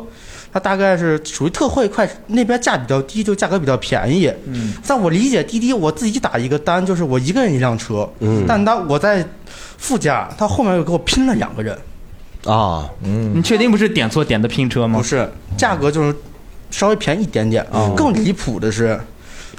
它大概是属于特惠快，那边价比较低，就价格比较便宜。嗯，在我理解，滴滴我自己打一个单就是我一个人一辆车，嗯，但他我在副驾，他后面又给我拼了两个人，啊，嗯，你确定不是点错点的拼车吗？不是，价格就是稍微便宜一点点。更离谱的是，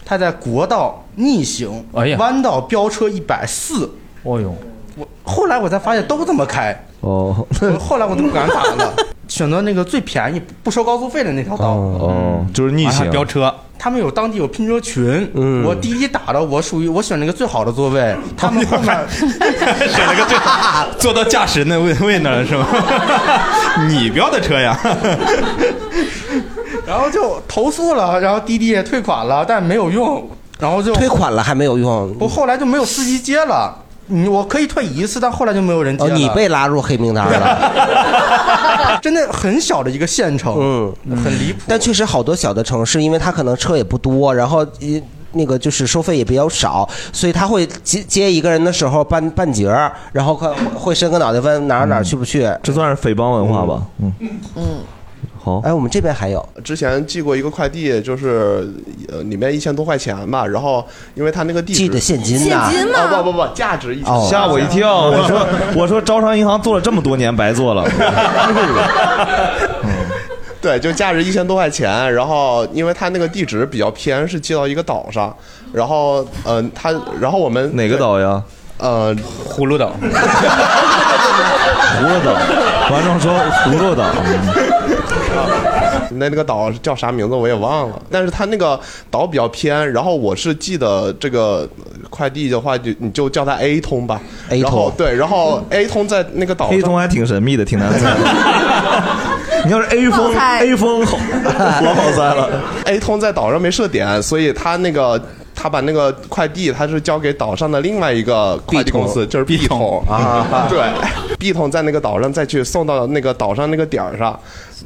他在国道逆行，哎呀弯道飙车一百四。哦呦，我后来我才发现都这么开，哦，我后来我都不敢打了，选择那个最便宜不收高速费的那条道。哦，就是逆啊行飙车，他们有当地有拼车群，嗯我第一打的，我属于我选了一个最好的座 位，他们后面选了个最坐到驾驶那位位那儿 了是吗？你飙的车呀？然后就投诉了，然后滴滴也退款了，但没有用，然后就退款了还没有用，我后来就没有司机接了。你我可以退一次，但后来就没有人接哦，了。你被拉入黑名单了， 真的很小的一个县城，嗯，很离谱。但确实好多小的城市，因为它可能车也不多，然后一那个就是收费也比较少，所以他会接接一个人的时候半半截儿，然后会会伸个脑袋问哪儿哪儿去不去，这算是匪帮文化吧？嗯，嗯， 好，哎，我们这边还有，之前寄过一个快递，就是呃里面一千多块钱吧，然后因为他那个地址寄的现金呐现金吗啊不不不，价值一千吓我一跳！哦我说我说招商银行做了这么多年白做了， 对，就价值一千多块钱，然后因为他那个地址比较偏，是寄到一个岛上，然后嗯、呃，他然后我们哪个岛呀？呃，葫芦岛。葫芦岛，观众说葫芦岛。那那个岛叫啥名字我也忘了，但是它那个岛比较偏，然后我是记得这个快递的话就你就叫它 A 通吧 A 通然后对，然后 A 通在那个岛上黑通还挺神秘的，挺难猜的。你要是 A 风猜，A 风好，老好猜了。 A 通在岛上没设点，所以它那个他把那个快递他是交给岛上的另外一个快递公司，就是 B 桶啊 对，B 桶在那个岛上再去送到那个岛上那个点儿上。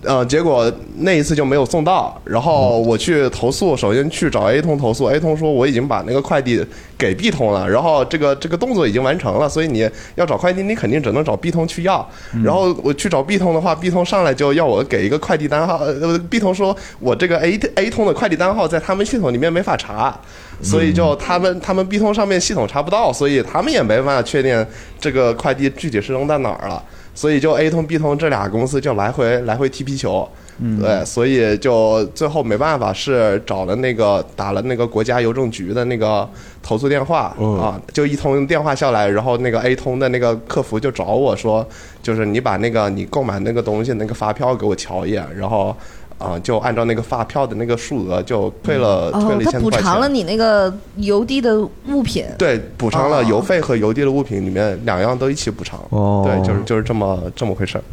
呃，结果那一次就没有送到，然后我去投诉，首先去找 A 通投诉，A 通说我已经把那个快递给 B 通了，然后这个这个动作已经完成了，所以你要找快递，你肯定只能找 B 通去要。然后我去找 B 通的话，B 通上来就要我给一个快递单号，呃，B 通说我这个 A A 通的快递单号在他们系统里面没法查。所以就他们他们 B 通上面系统查不到，所以他们也没办法确定这个快递具体是扔在哪儿了。所以就 A 通、B 通这俩公司就来回来回踢皮球，嗯对，所以就最后没办法是找了那个打了那个国家邮政局的那个投诉电话、啊，就一通电话下来，然后那个 A 通的那个客服就找我说，就是你把那个你购买那个东西那个发票给我瞧一眼，然后。啊、就按照那个发票的那个数额，就退了、退哦了，一他千补块钱。偿了你那个邮递的物品。对，补偿了邮费和邮递的物品里面两样都一起补偿。哦对，就是就是这么这么回事儿。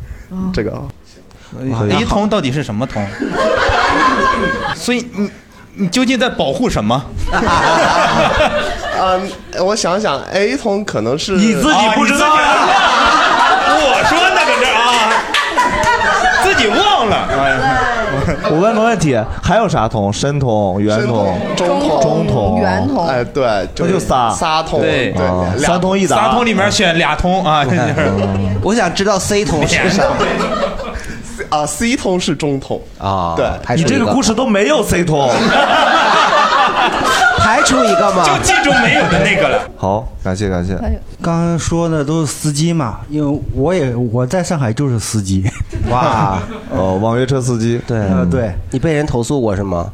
这个啊哇一通到底是什么通？ 所以你你究竟在保护什么？嗯，我想想，A 通可能是啊你自己不知道呀 我说呢，搁这啊， 自己忘哎了。哎我问个问题，还有啥通？申通、圆通、中哦哦通、中通、圆通哎，对，那就仨仨通，对啊俩三通一达仨通里面选俩通 哎啊。我想知道 C 通是啥啊？C 通是中通啊？对，排除一事都没有 C 通，排除一个嘛，就记住没有的那个了。好，感谢感谢。刚刚说的都是司机嘛，因为我也我在上海就是司机。 哇， 哦，网约车司机，对，啊对，你被人投诉过是 吗？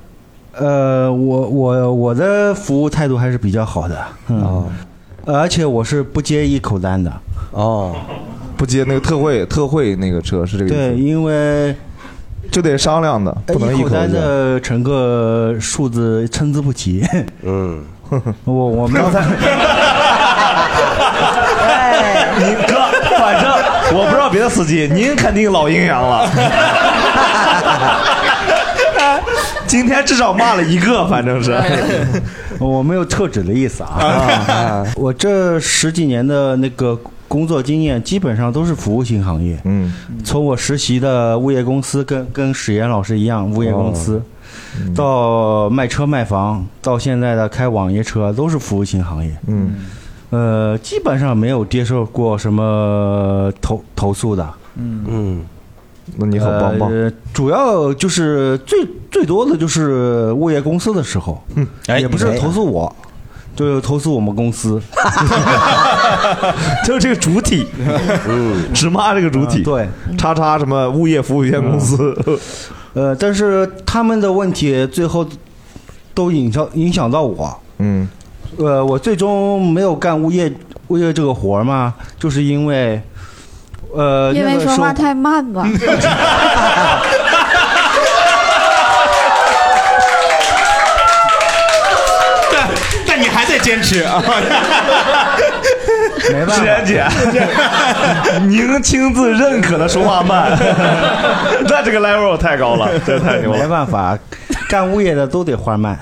呃，我我我的服务态度还是比较好的，嗯，呃而且我是不接一口单的。哦，不接那个特惠特惠那个车是这个意思？对，因为就得商量的，不能一一口口单单的乘客数字参差不齐。嗯， 我我们刚才您哥，反正我不知道别的司机，您肯定老阴阳了。 今天至少骂了一个，反正是。 我没有特指的意思啊。我这十几年的那个工作经验，基本上都是服务型行业。嗯，从我实习的物业公司跟，跟史岩老师一样，物业公司，哦到卖车卖房，到现在的开网约车，都是服务型行业。嗯，呃，基本上没有接受过什么投投诉的。嗯嗯，那你很棒棒呃主要就是最最多的就是物业公司的时候，嗯哎也不是你投诉我，啊就是投诉我们公司， 就是这个主体，只骂这个主体。嗯对，叉叉什么物业服务有限公司。 呃，但是他们的问题最后都影响影响到我， 嗯，呃，我最终没有干物业物业这个活儿嘛，就是因为，呃，因为那个说时候话太慢 吧。但但你还在坚持啊？没办法，姐，您亲自认可的说话慢， 那这个 level 太高了，这太牛没了。办法，干物业的都得花慢。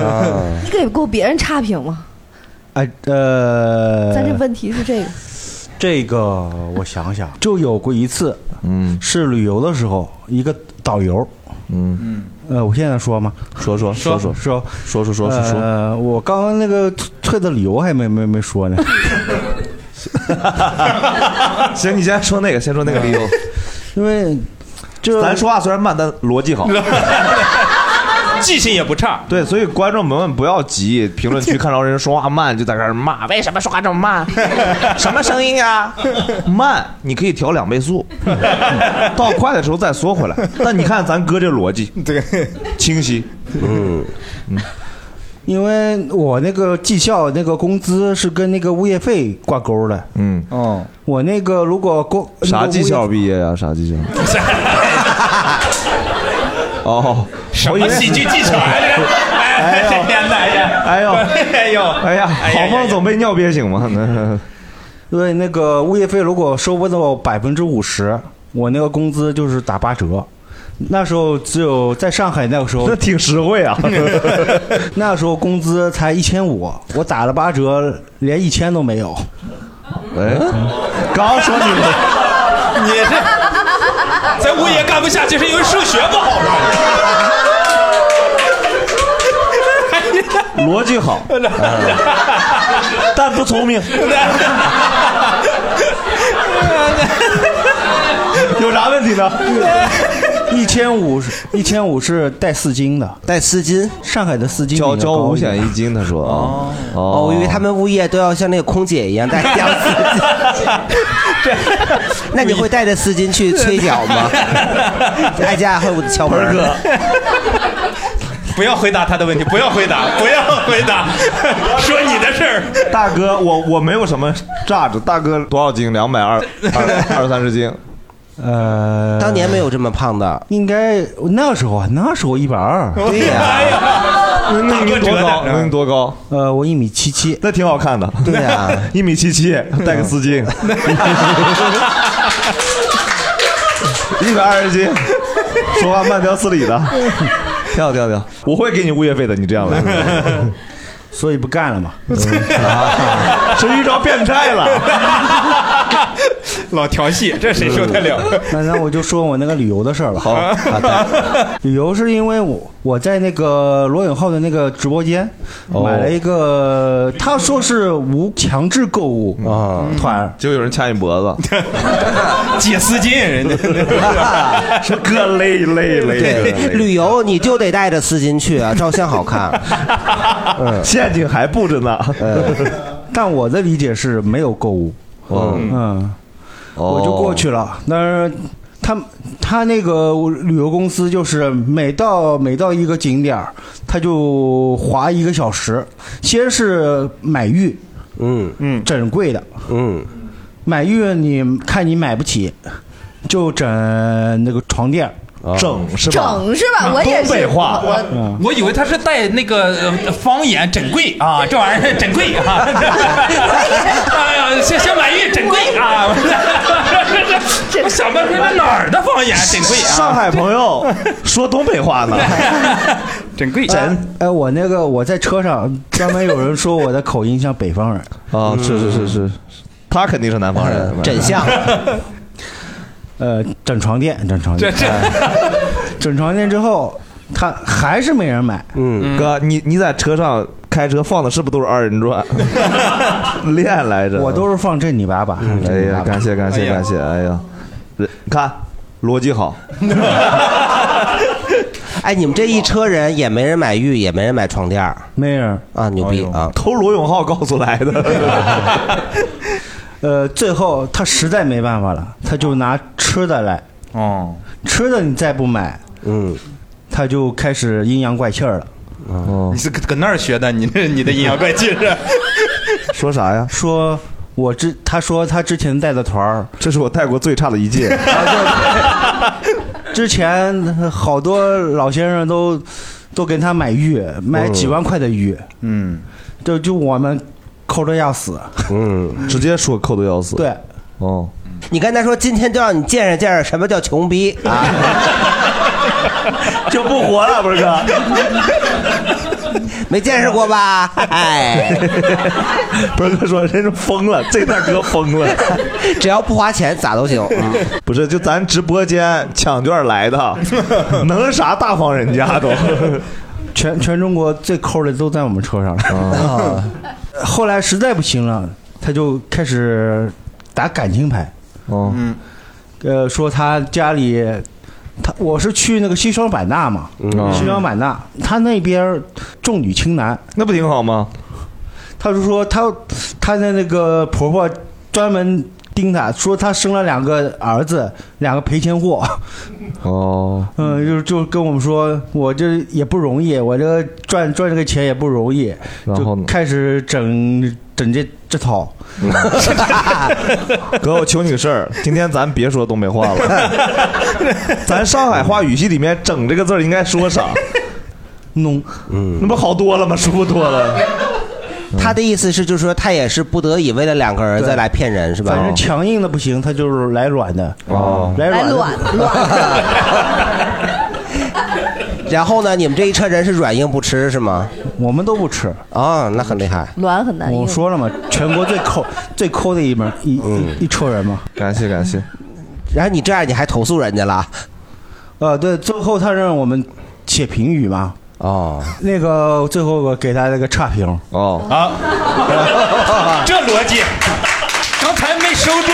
啊你给过别人差评吗？ 哎呃，咱这问题是这个，这个我想想，就有过一次，嗯，是旅游的时候，一个导游，嗯嗯，呃，我现在说吗？说说说说说说说说说说呃，我刚刚那个退退的理由还没没没说呢。 行，你先说那个，先说那个理由。 因为这咱说话虽然慢，但逻辑好。 记性也不差。对，所以观众们不要急，评论区看着人说话慢就在这儿骂，为什么说话这么慢？什么声音啊？ 慢，你可以调两倍 速，到快的时候再缩回来。但你看咱哥这逻辑，对，清晰。嗯，因为我那个绩效那个工资是跟那个物业费挂钩的。嗯，哦，我那个如果工啥绩？那个效物业毕业呀、啥绩效？哦，什我以么为喜剧技巧啊？这是 哎哎呦天哪！哎呦 哎呦，哎呀，好呀梦总被尿憋醒嘛？ 那因为那个物业费如果收不到百分之五十，我那个工资就是打八折。那时候只有在上海那个时候， 那挺实惠啊。 那时候工资才一千五，我打了八折，连一千都没有。哎， 刚说你们。你这在物业干不下去，是因为数学不好吗？逻辑 好，但不聪明。有啥问题呢？一千五是，一千五是带四金的，带四金，上海的四金交交五险险一金，他说啊。哦，我以为他们物业都要像那个空姐一样带 两丝巾。 那你会带着丝巾去催缴 吗？挨家挨户的敲门哥，不要回答他的问题，不要回答，不要回答， 说你的事儿。 大哥，我我没有什么炸着，大哥多少斤？两百二 二二三十斤。呃，当年没有这么胖的，应该那时候啊，那时候一百二。对 呀哎那那你多高？那你多高？呃，我一米七七，那挺好看的。对呀， 一米七七，带个丝巾，一百二十斤，说话慢条斯理的。跳跳跳，我会给你物业费的，你这样来， 所以不干 了嘛。是遇着变态了。老调戏，这谁受得了？嗯那那我就说我那个旅游的事儿吧。好，好旅游是因为我我在那个罗永浩的那个直播间哦买了一个，他说是无强制购物啊团，就有人掐你脖子， 解丝巾，人 家说哥累累累，对累，旅游你就得带着丝巾去啊，照相好看。 嗯，呃陷阱还布着呢。 但我的理解是没有购物。嗯嗯，哦我就过去了。但是他他那个旅游公司就是每到每到一个景点儿，他就划一个小时，先是买玉，嗯嗯，整贵的，嗯，买玉你看你买不起，就整那个床垫儿。整是吧 整是啊吧我也是东北话我嗯我以为他是带那个呃方言，整贵啊，这玩意儿整贵啊。 哎呀，小小满玉整贵啊！这这我 想半天，这哪儿的方言整贵啊？上海朋友 说东北话呢，真贵真哎，我那个我在车上专门有人说我的口音像北方人哎啊是是是是，他肯定是南方人，真像。呃，整床垫，整床垫，这这 哎整床垫之后，他还是没人买。嗯哥，你你在车上开车放的是不是都是二 人转？练来着，我都是放这你爸爸。哎呀，感谢感谢感谢，哎呀，人你看逻辑好， 哎，你们这一车人也没人买玉，也没人买床垫儿没人哎啊，牛逼啊！偷罗永浩告诉来的。呃，最后他实在没办法了，他就拿吃的来。哦，吃的你再不买，嗯，他就开始阴阳怪气儿了。哦你，是搁搁那儿学的？你这你的阴阳怪气是？ 说啥呀？说我之他说他之前带的团儿，啊这是我带过最差的 一届。之前好多老先生都都给他买玉，买几万块的玉，嗯，就就我们抠着要死。嗯，直接说扣的要死。对，哦，你刚才说今天就让你见识见识什么叫穷逼 啊！就不活了，不是哥？ 没见识 过吧？哎， 不是哥说，人是疯了，这段哥疯了， 只要不花钱咋都行。 不是，就咱直播间抢券 来的，能啥大方人家都。全全中国最抠的都在我们车上啊了。 后来实在不行了，他就开始打感情牌。哦，嗯，呃，说他家里，他我是去那个西双版纳嘛，嗯西双版纳，他那边儿重女轻男，那不挺好吗？他就说他他的那个婆婆专门盯他，说他生了两个儿子，两个赔钱货。哦，嗯，就是就跟我们说，我这也不容易，我这个赚赚这个钱也不容易，然后就呢开始整整这这套。 哥，我求你个事儿，今天咱别说东北话了， 咱上海话语系里面“整”这个字儿应该说啥？弄，嗯那不好多了吗？舒服多了。他的意思是，就是说他也是不得已为了两个儿子对来骗人，是吧？反正强硬的不行，他就是来软的，哦来软的。然后呢，你们这一车人是软硬不吃是吗？我们都不吃啊，那很厉害。卵很难我用。说了嘛，全国最抠 最抠的一门一一一车人嘛。嗯感谢感谢。然后你这样你还投诉人家 了？呃，对，最后他让我们写评语嘛。哦，那个最后我给他那个差评。啊哦啊，这逻辑，刚才没收住。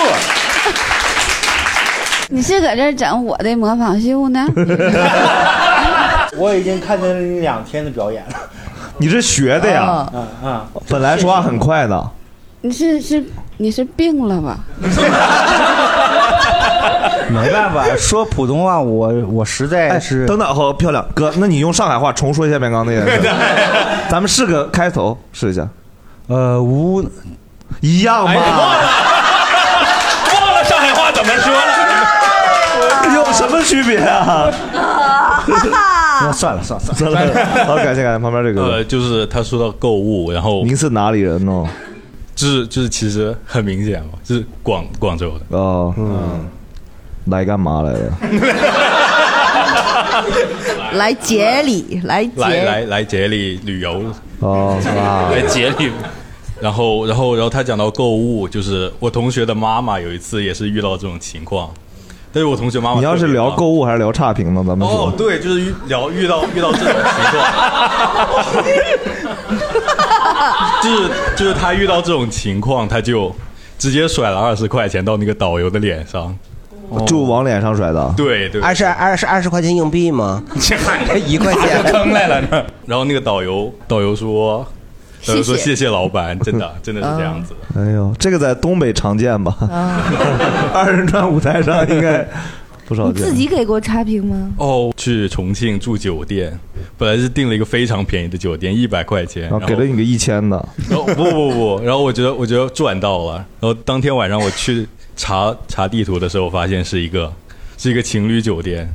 你是搁这儿整我的模仿秀 呢？我已经看见两天的表演了。 你是学的呀啊？嗯嗯，本来说话很快的，你是是你是病了吧？没办法，说普通话我我实在是。哎等等，好漂亮哥，那你用上海话重说一下刚刚那 个，咱们试个开头，试一下。呃，无哎一样吧？忘了上海话怎么说了。 有什么区别啊？那算了算了 算了，好，感谢感谢旁边这个。呃，就是他说到购物，然后您是哪里人哦？就是就是其实很明显嘛，就是广广州的。哦，嗯，来干嘛来了？ 来节里，来节来来来节里旅游哦，是吧来节里，然后然后然后他讲到购物，就是我同学的妈妈有一次也是遇到这种情况，但是我同学啊妈妈你要是特别聊忙购物还是聊差评呢？咱们说，哦对，就是遇聊遇到遇到这种情况， 就是就是他遇到这种情况，他就直接甩了二十块钱到那个导游的脸 上，就往脸上甩的。对对，二十二十二十块钱硬币吗？一块挖钱出坑来了呢。然后那个导游导游说，导游说谢谢谢谢老板，真的真的是这样子。哎呦，这个在东北常见吧？ 二人转舞台上应该不少你见自。己给过差评吗？哦，去重庆住酒店，本来是订了一个非常便宜的酒店，一百块钱，然后给了你个一千的，然后不不不，然后我觉得我觉得赚到了。然后当天晚上我去查查地图的时候，发现是一个是一个情侣酒店。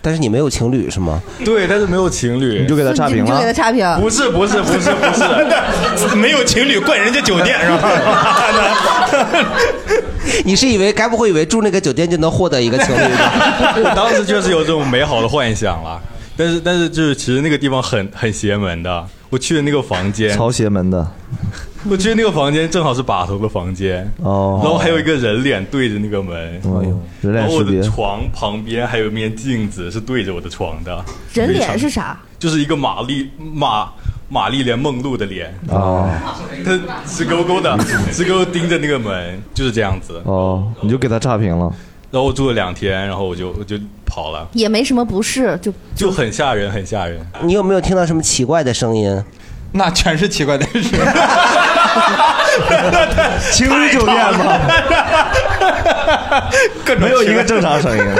但是你没有情侣是吗？对，但是没有情侣，你就给他差评你就给他差评。不是不是不是不 是，没有情侣怪人家酒店是吧？你是以为该不会以为住那个酒店就能获得一个哎情侣 吧？我 当时确实有这种美好的幻想了，但是但是就是其实那个地方很很邪门的。我去的那个房间，朝邪门的。我去的那个房间正好是把头的房间，哦然后还有一个人脸对着那个门，哎呦人脸然后我识别的床旁边还有一面镜子是对着我的床的。人脸是非常？啥？就是一个玛丽玛玛丽莲梦露的脸，哦她直勾勾的，直勾勾盯着那个门，就是这样子。哦，你就给他差评了。然后我住了两天，然后我就我就跑了，也没什么不适，就就很吓人，很吓人。 你有没有听到什么奇怪的声音？那全是奇 怪的声音。情侣酒店吗？没有一个正 常声音。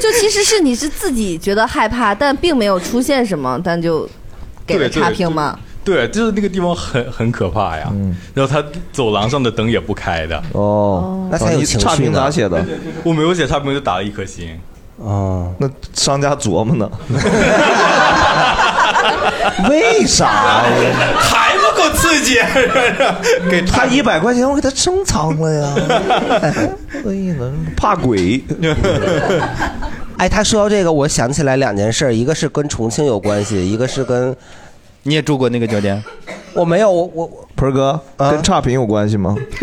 就其实是你是自己觉得害怕，但并没有出现什么，但就给了对对差评嘛。对，就是那个地方很很可怕呀。嗯然后他走廊上的灯也不开的。哦那才有情绪呢哦你差评咋写的？我没有写差评，就打了一颗星。啊哦，那商家琢磨呢？为啥呀？还不够刺激，给他一百块钱，我给他收藏 了呀。哎所以呢，怕鬼。 哎，他说到这个，我想起来两件事儿，一个是跟重庆有关系，一个是跟……你也住过那个酒店？我没有，我我呃盆儿哥，跟差评有关系吗？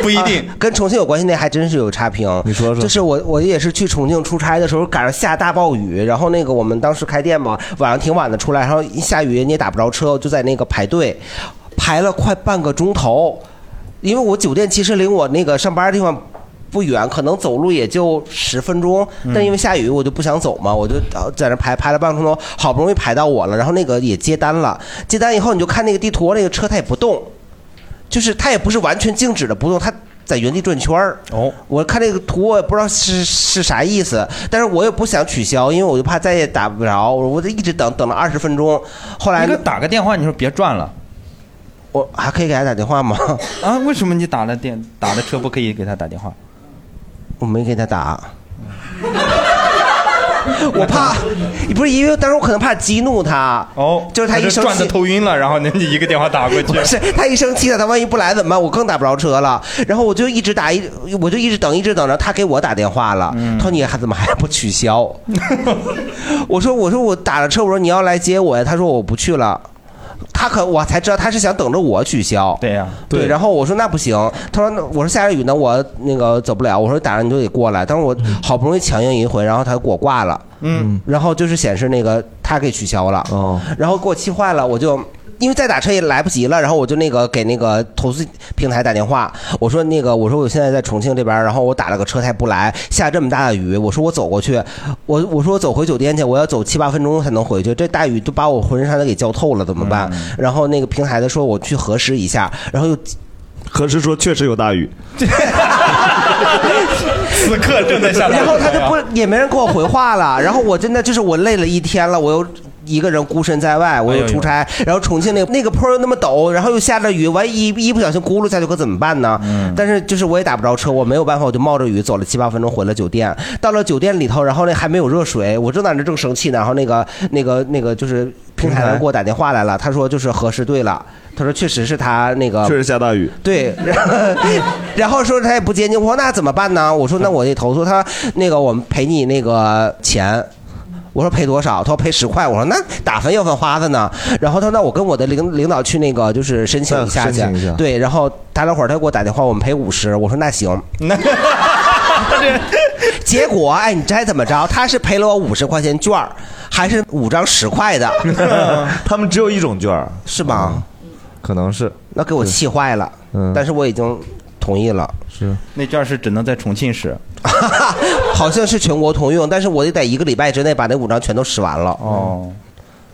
不一定、啊跟重庆有关系，那还真是有差评。你说说，就是我我也是去重庆出差的时候，赶上下大暴雨，然后那个我们当时开店嘛，晚上挺晚的出来，然后一下雨你也打不着车，就在那个排队，排了快半个钟头，因为我酒店其实离我那个上班的地方。不远，可能走路也就十分钟，但因为下雨，我就不想走嘛，我就呃在那排排了半个钟头，好不容易排到我了，然后那个也接单了，接单以后你就看那个地图，那个车它也不动，就是它也不是完全静止的不动，它在原地转圈儿。哦，我看这个图，我也不知道是是啥意思，但是我也不想取消，因为我就怕再也打不着，我就一直等等了二十分钟。后来打个电话，你说别转了，我还可以给他打电话吗？啊，为什么你打了电打了车不可以给他打电话？我没给他打。我怕，不是因为当时我可能怕激怒他，哦，就是他一生转的气，头晕了，然后您就一个电话打过去， 不是他一生气了，他万一不来怎么办？我更打不着车了。然后我就一直打一，我就一直等，一直等着他给我打电话了。嗯他说你还怎么还不取消？ 我说我说我打了车，我说你要来接我呀？他说我不去了。他可我才知道他是想等着我取消。对呀、对。然后我说那不行，他说那我说下着雨呢，我那个走不了。我说打上你就得过来，但是我好不容易强硬一回，然后他就给我挂了。嗯，然后就是显示那个他给取消了。哦，然后给我气坏了，我就。因为再打车也来不及了，然后我就那个给那个投诉平台打电话，我说那个我说我现在在重庆这边，然后我打了个车他也不来，下这么大的雨，我说我走过去，我我说我走回酒店去，我要走七八分钟才能回去，这大雨都把我浑身上下给浇透了，怎么办？然后那个平台的说我去核实一下，然后又核实说确实有大雨， 此刻正在下大雨然后他就不也没人给我回话了，然后我真的就是我累了一天了，我又。一个人孤身在外，我又出差，然后重庆那那个坡又那么陡，然后又下着雨，万一一不小心轱辘下去可怎么办呢？但是就是我也打不着车，我没有办法，我就冒着雨走了七八分钟回了酒店。到了酒店里头，然后那还没有热水，我正在那正生气呢，然后那个那个那个就是平台人给我打电话来了，他说就是核实对了，他说确实是他那个确实下大雨。对，然后然后说他也不接近，我说那怎么办呢？我说那我得投诉他，那个我们赔你那个钱。我说赔多少？他说赔十块。我说那打分要分花的呢。然后他说那我跟我的领领导去那个就是申请一下去。再嗯申请一下对，然后打了会儿，他给我打电话，我们赔五十。我说那 行。结果哎，你猜怎么着？他是赔了我五十块钱券儿，还是五张十块的？ 他们只有一种券儿，嗯是吗？可能是。那给我气坏了。嗯但是我已经同意了。是那券是只能在重庆使， 好像是全国通用，但是我得在一个礼拜之内把那五张全都使完了。哦，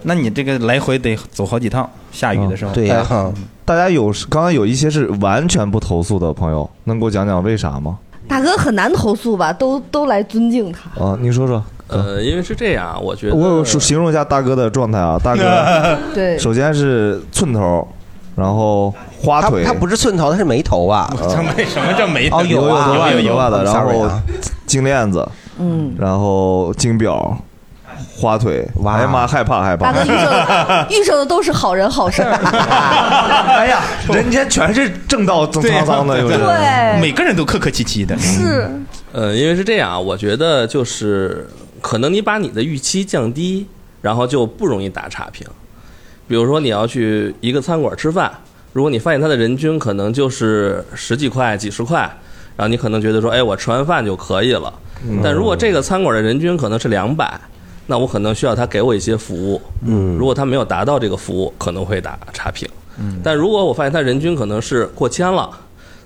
那你这个来回得走好几趟，下雨的时候。对呀、哎大家有刚刚有一些是完全不投诉的朋友，能给我讲讲为啥吗？大哥很难投诉吧？都都来尊敬他。，啊，你说说。呃，因为是这样，我觉得我有说形容一下大哥的状态啊，大哥对首先是寸头，然后花他腿，他不是寸头，他是眉头啊。没什么叫没哦，有有啊，头发有头发的，然 Sorry 后啊金链子，嗯，然后金表，花腿，哎呀妈，害怕害怕，大哥遇上的遇上的都是好人好事儿，哎呀，人家全是正道锃对沧桑的，有人对每个人都客客气气的。是呃，因为是这样，我觉得就是可能你把你的预期降低，然后就不容易打差评。比如说你要去一个餐馆吃饭，如果你发现它的人均可能就是十几块、几十块，然后你可能觉得说，哎，我吃完饭就可以了。但如果这个餐馆的人均可能是两百，那我可能需要他给我一些服务。嗯如果他没有达到这个服务，可能会打差评。嗯但如果我发现他人均可能是过千了，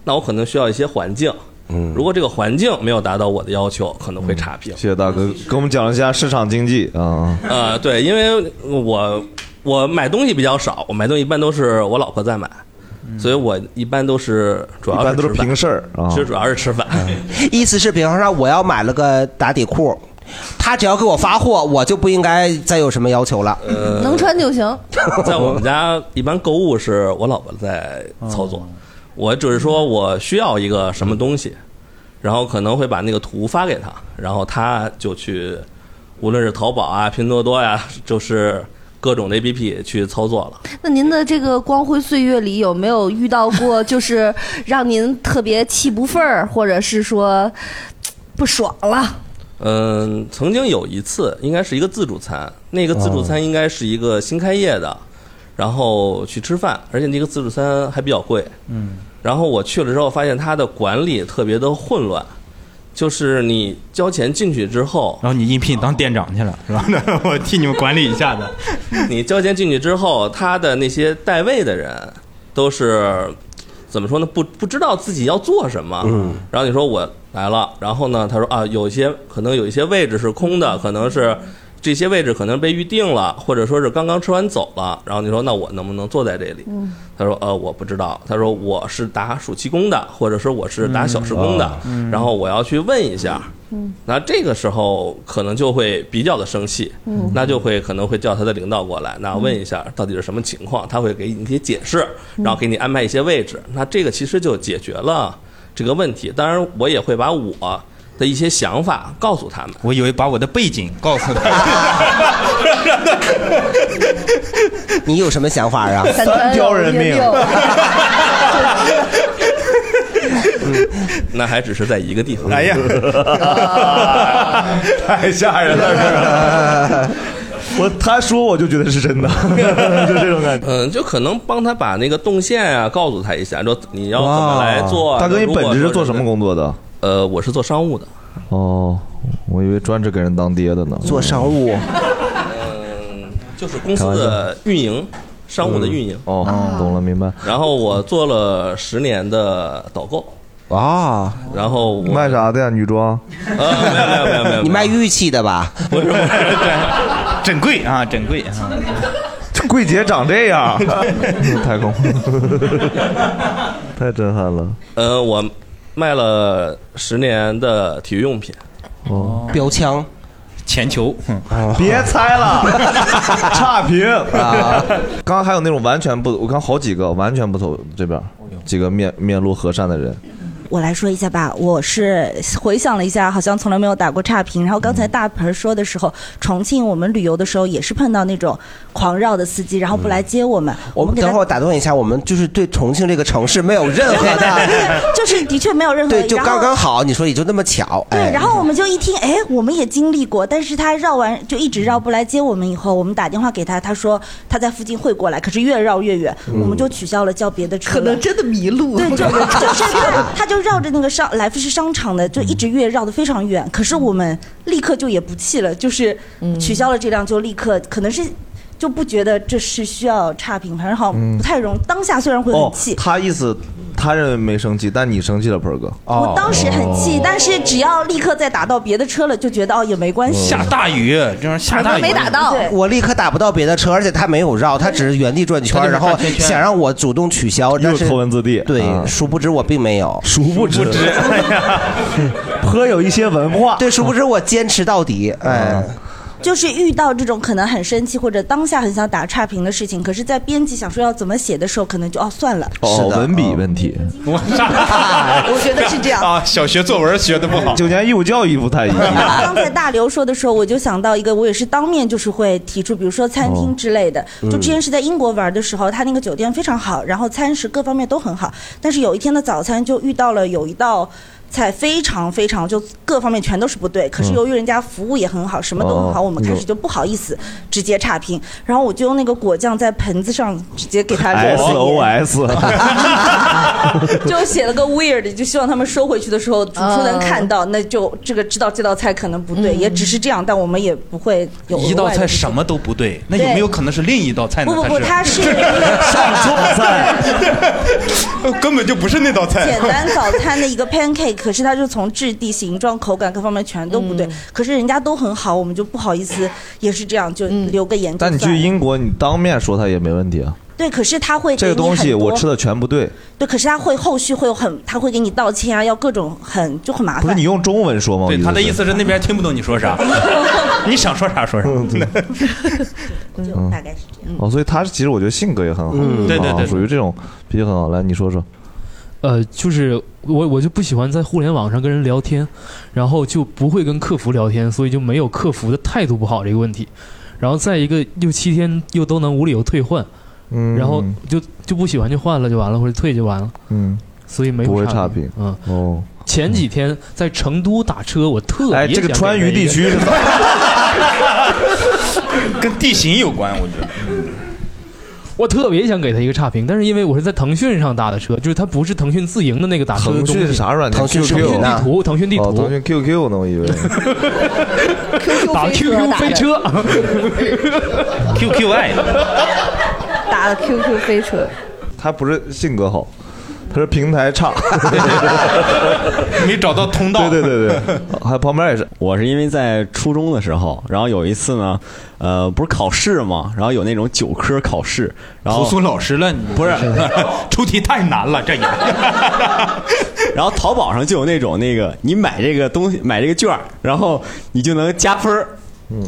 那我可能需要一些环境。嗯如果这个环境没有达到我的要求，可能会差评。谢谢大哥，给我们讲了一下市场经济啊，呃，对，因为我我买东西比较少，我买东西一般都是我老婆在买，所以我一般都是主要嗯一般都是吃饭平事儿啊哎其实主要是吃饭。意思是，比方说我要买了个打底裤，他只要给我发货，我就不应该再有什么要求了。呃，能穿就行。 在我们家一般购物是我老婆在操作，我只是说我需要一个什么东西，然后可能会把那个图发给她，然后她就去，无论是淘宝啊、拼多多呀、就是各种的 APP 去操作了。那您的这个光辉岁月里有没有遇到过就是让您特别气不忿儿，或者是说嘖不爽了？嗯，曾经有一次，应该是一个自助餐，那个自助餐应该是一个新开业的，然后去吃饭，而且那个自助餐还比较贵。嗯，然后我去了之后，发现它的管理特别的混乱，就是你交钱进去之后，然后你应聘当店长去了是吧？ 我替你们管理一下子。 你交钱进去之后，他的那些代位的人都是怎么说呢？不不知道自己要做什么。嗯然后你说我来了，然后呢，他说啊，有一些可能有一些位置是空的，可能是这些位置可能被预定了，或者说是刚刚吃完走了。然后你说那我能不能坐在这里？嗯他说呃我不知道，他说我是打暑期工的，或者说我是打小时工的，嗯哦然后我要去问一下。嗯那这个时候可能就会比较的生气，嗯那就会可能会叫他的领导过来，那问一下到底是什么情况，他会给你一些解释，嗯然后给你安排一些位置。那这个其实就解决了这个问题。当然，我也会把我的一些想法告诉他们。我以为把我的背景告诉他。 嗯你有什么想法啊？ 三条人命那还只是在一个地方。哎呀，太吓人 了！我他说我就觉得是 真的， 就这种感觉。嗯，就可能帮他把那个动线啊告诉他一下，说你要怎么来做啊。大哥，你如果本职是说做什么工作的？呃，我是做商务的。哦，我以为专职给人当爹的呢。做商务，嗯就是公司的运营，商务的运营。哦，懂了，明白。然后我做了十年的导购，啊，然后我 卖啥的呀？女装？呃，没有没有没有没有，你卖玉器 的吧？整柜啊，整柜啊，这柜姐长 这样，太恐怖， 太震撼了。呃，我卖了十年的体育用品，哦，标枪，铅球，嗯别猜 了，差 评啊！ 刚刚还有那种完全不，我看好几个完全不投这边几个面面露和善的人，我来说一下吧，我是回想了一下，好像从来没有打过差评。然后刚才大盆儿说的时候，重庆我们旅游的时候也是碰到那种狂绕的司机，然后不来接我们，我们给等他会儿打断一下，我们就是对重庆这个城市没有任何的，就是的确没有任何对，就然后刚刚好。你说也就那么巧，对，哎然后我们就一听，哎，我们也经历过，但是他绕完就一直绕不来接我们。以后我们打电话给他，他说他在附近会过来，可是越绕越远，嗯我们就取消了叫别的车。可能真的迷路对，就就是他，他就绕着那个商来福士商场的，就一直越绕得非常远。可是我们立刻就也不气了，就是取消了这辆，就立刻可能是。就不觉得这是需要差评，反正好像不太容。当下虽然会哦很气，，他意思他认为没生气，但你生气了，盆儿哥。我当时很哦气，但是只要立刻再打到别的车了，就觉得哦也没关系。嗯下大雨，这样下大雨，对嗯我立刻打不到别的车，而且他没有绕，他只是原地转圈他就儿，是然后转圈圈想让我主动取消，但是头文字 D。嗯对，殊不知我并没有，殊不知， 哎颇有一些文化。嗯对，殊不知我坚持到底，哎，就是遇到这种可能很生气或者当下很想打差评的事情，可是，在编辑想说要怎么写的时候，可能就哦算了。哦，文笔问 题。我我觉得是这样啊，小学作文学的不好，九年义务教育不太一样。 刚才大刘说的时候，我就想到一个，我也是当面就是会提出，比如说餐厅之类的。嗯就之前是在英国玩的时候，他那个酒店非常好，然后餐食各方面都很好，但是有一天的早餐就遇到了有一道。菜非常非常就各方面全都是不对，可是嗯由于人家服务也很好，什么都很好，哦我们开始就不好意思直接差评，然后我就用那个果酱在盆子上直接给他哎揉了 S 哦一 O S，就写了个 weird，就希望他们收回去的时候，主厨能看到，那就这个知道这道菜可能不对，也只是这样，但我们也不会有 一额道外的菜什么都不对，那有没有可能是另一道菜呢？不不不，它是 错菜， 根本就不是那道菜。简 单早餐的一个 pancake，可是它就从质地、形状、口感各方面全都不对，可是人家都很好，我们就不好意思，也是这样就留个言 就但你去算了。英国，你当面说他也没问题 啊。对，可是他会这个给你东西很多我吃的全不对，对，可是他会后续会有很，他会给你道歉啊，要各种很就很麻烦。 不是你用中文说吗？对，我他的意是思是那边听不懂你说啥，嗯你想说啥说啥。 就大概是这样。哦，所以他是其实我觉得性格也很好，嗯对对对啊属于这种脾气很好。来，你说说，呃，就是我我就不喜欢在互联网上跟人聊天，然后就不会跟客服聊天，所以就没有客服的态度不好这个问题。然后再一个六七天又都能无理由退换，嗯然后就就不喜欢就换了就完了，或者退就完了，嗯，所以没有不会差差评。评，嗯，哦，前几天在成都打车，我特别哎这个想给川渝人一地区 是 跟地形有关，我觉得。 我特别想给他一个差评，但是因为我是在腾讯上打的车，就是它不是腾讯自营的那个打车的腾东西。讯是啥软件？腾讯 QQ 腾讯地图，腾讯地哦图，腾讯 QQ 呢？我以 为打 QQ 飞车。 QQI 打了 QQ 飞车。他不是性格好，他是平台 差，没找到通道。 对 对对对，还旁边也是。我是因为在初中的时候，然后有一次呢，呃，不是考试嘛，然后有那种九科考试，然后投诉老师了，你不是 出题太难了， 这也然后淘宝上就有那种那个，你买这个东西，买这个券儿，然后你就能加分儿。嗯，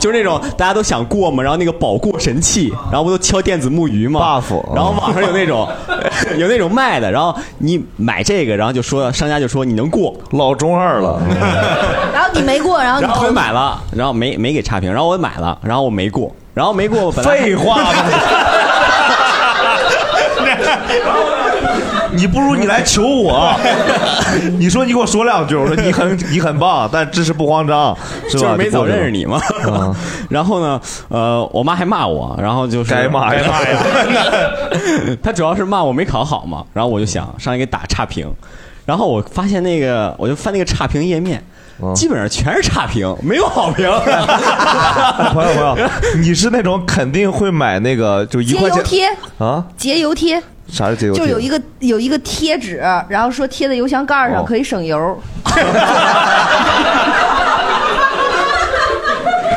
就是那种大家都想过嘛，然后那个保过神器，然后不都敲电子木鱼嘛，buff，然后网上有那种 有那种卖的，然后你买这个，然后就说商家就说你能过，老中二了，然后你没过，然后你然后投我买了，然后没没给差评，然后我买了，然后我没过，然后没过，本来废话嘛你不如你来求 我，你说你给我说两句，我说你很你很棒， 但知识不 慌张，是就吧？是没早认识你嘛。嘛。啊 然后呢，呃，我妈还骂我，然后就是该骂呀该骂 呀。 她主要是骂我没考好嘛，然后我就想上一个打差评，然后我发现那个我就翻那个差评页面。嗯基本上全是差评，没有好评。 朋友朋友，你是那种肯定会买那个就一节块油钱贴，啊？节油贴。啥是节油贴？就有一个有一个贴纸，然后说贴在油箱盖上可以省油，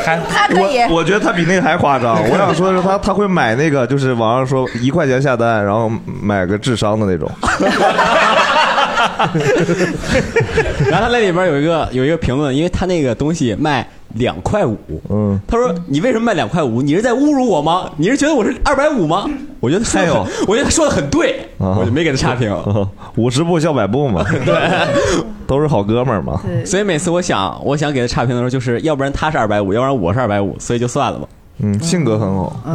还他可以我我觉得他比那个还夸张。我想说的是他他会买那个，就是网上说一块钱下单，然后买个智商的那种。 然后他那里边有一个有一个评论，因为他那个东西卖两块五，嗯，他说你为什么卖两块五？你是在侮辱我吗？你是觉得我是二百五吗？我觉得说的很哎我觉得他说的很对，我就没给他差评。啊 五十步笑百步 嘛，对， 都是好哥们儿嘛。所以每次我想我想给他差评的时候，就是要不然他是二百五，要不然我是二百五，所以就算了吧。嗯，性格很好。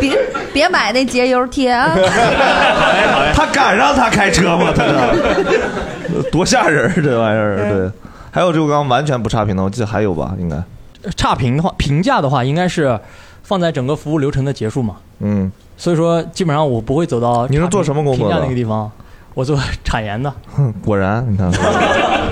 别别买那节油贴 啊！他敢让他开车吗？他这多吓人儿，这玩意儿。对，还有就刚完全不差评的，我记得还有吧，应该。差评的话，评价的话，应该是放在整个服务流程的结束嘛。嗯， 所以说，基本上我不会走到你是差评做什么工作评的价那个地方，我做产研的。哼果然，你看，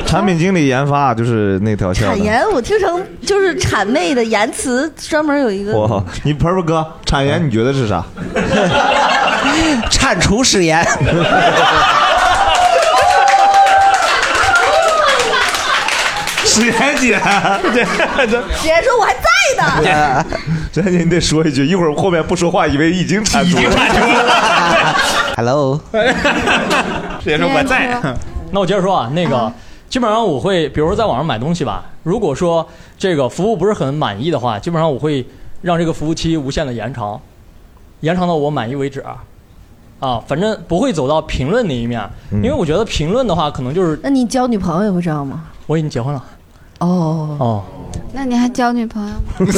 产品经理研发就是那条线的。产研我听成就是谄媚的言辞，专门有一个哇，你盆盆哥，产研你觉得是啥？铲除史 研。史岩 姐，这这。史岩说我还在呢， 真姐，你得说一句，一会儿后面不说话，以为已经产出了。 Hello，直接说我在。那我接着说啊，那个基本上我会，比如说在网上买东西吧，如果说这个服务不是很满意的话，基本上我会让这个服务期无限的延长，延长到我满意为止啊。啊，反正不会走到评论那一面，嗯因为我觉得评论的话，可能就是 那你交女朋友会这样吗？我已经结婚了。哦哦，那你还交女朋友 吗？让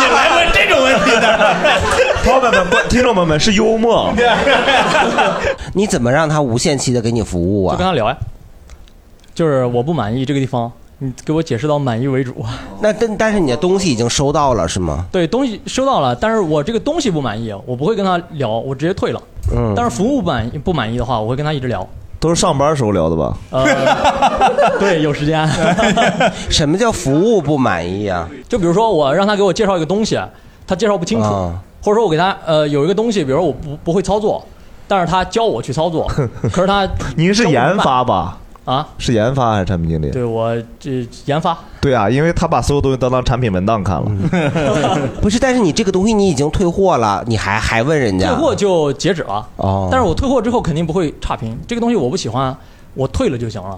你来问这种问题的，朋友们、观听众们们是幽默。 你怎么让他无限期的给你服务就跟啊？他聊呀，就是我不满意这个地方，你给我解释到满意为主。那但但是你的东西已经收到了是吗？ 对，东西收到了，但是我这个东西不满意，我不会跟他聊，我直接退了。嗯但是服务不满意不满意的话，我会跟他一直聊。 都是上班时候聊的吧？ 对，有时间。啊什么叫服务不满意啊？ 就比如说我让他给我介绍一个东西，他介绍不嗯清楚，啊 或者说我给他呃有一个东西，比如说我不不会操作，但是他教我去 操作，可是他您是研发吧？啊，是研发还是产品经理？对我这研发对啊，因为他把所有东西都当产品文档看嗯了。不是，但是你这个东西你已经退货了，你还还问人家？退货就截止了。哦，但是我退货之后肯定不会差评，这个东西我不喜欢，我退了就行了。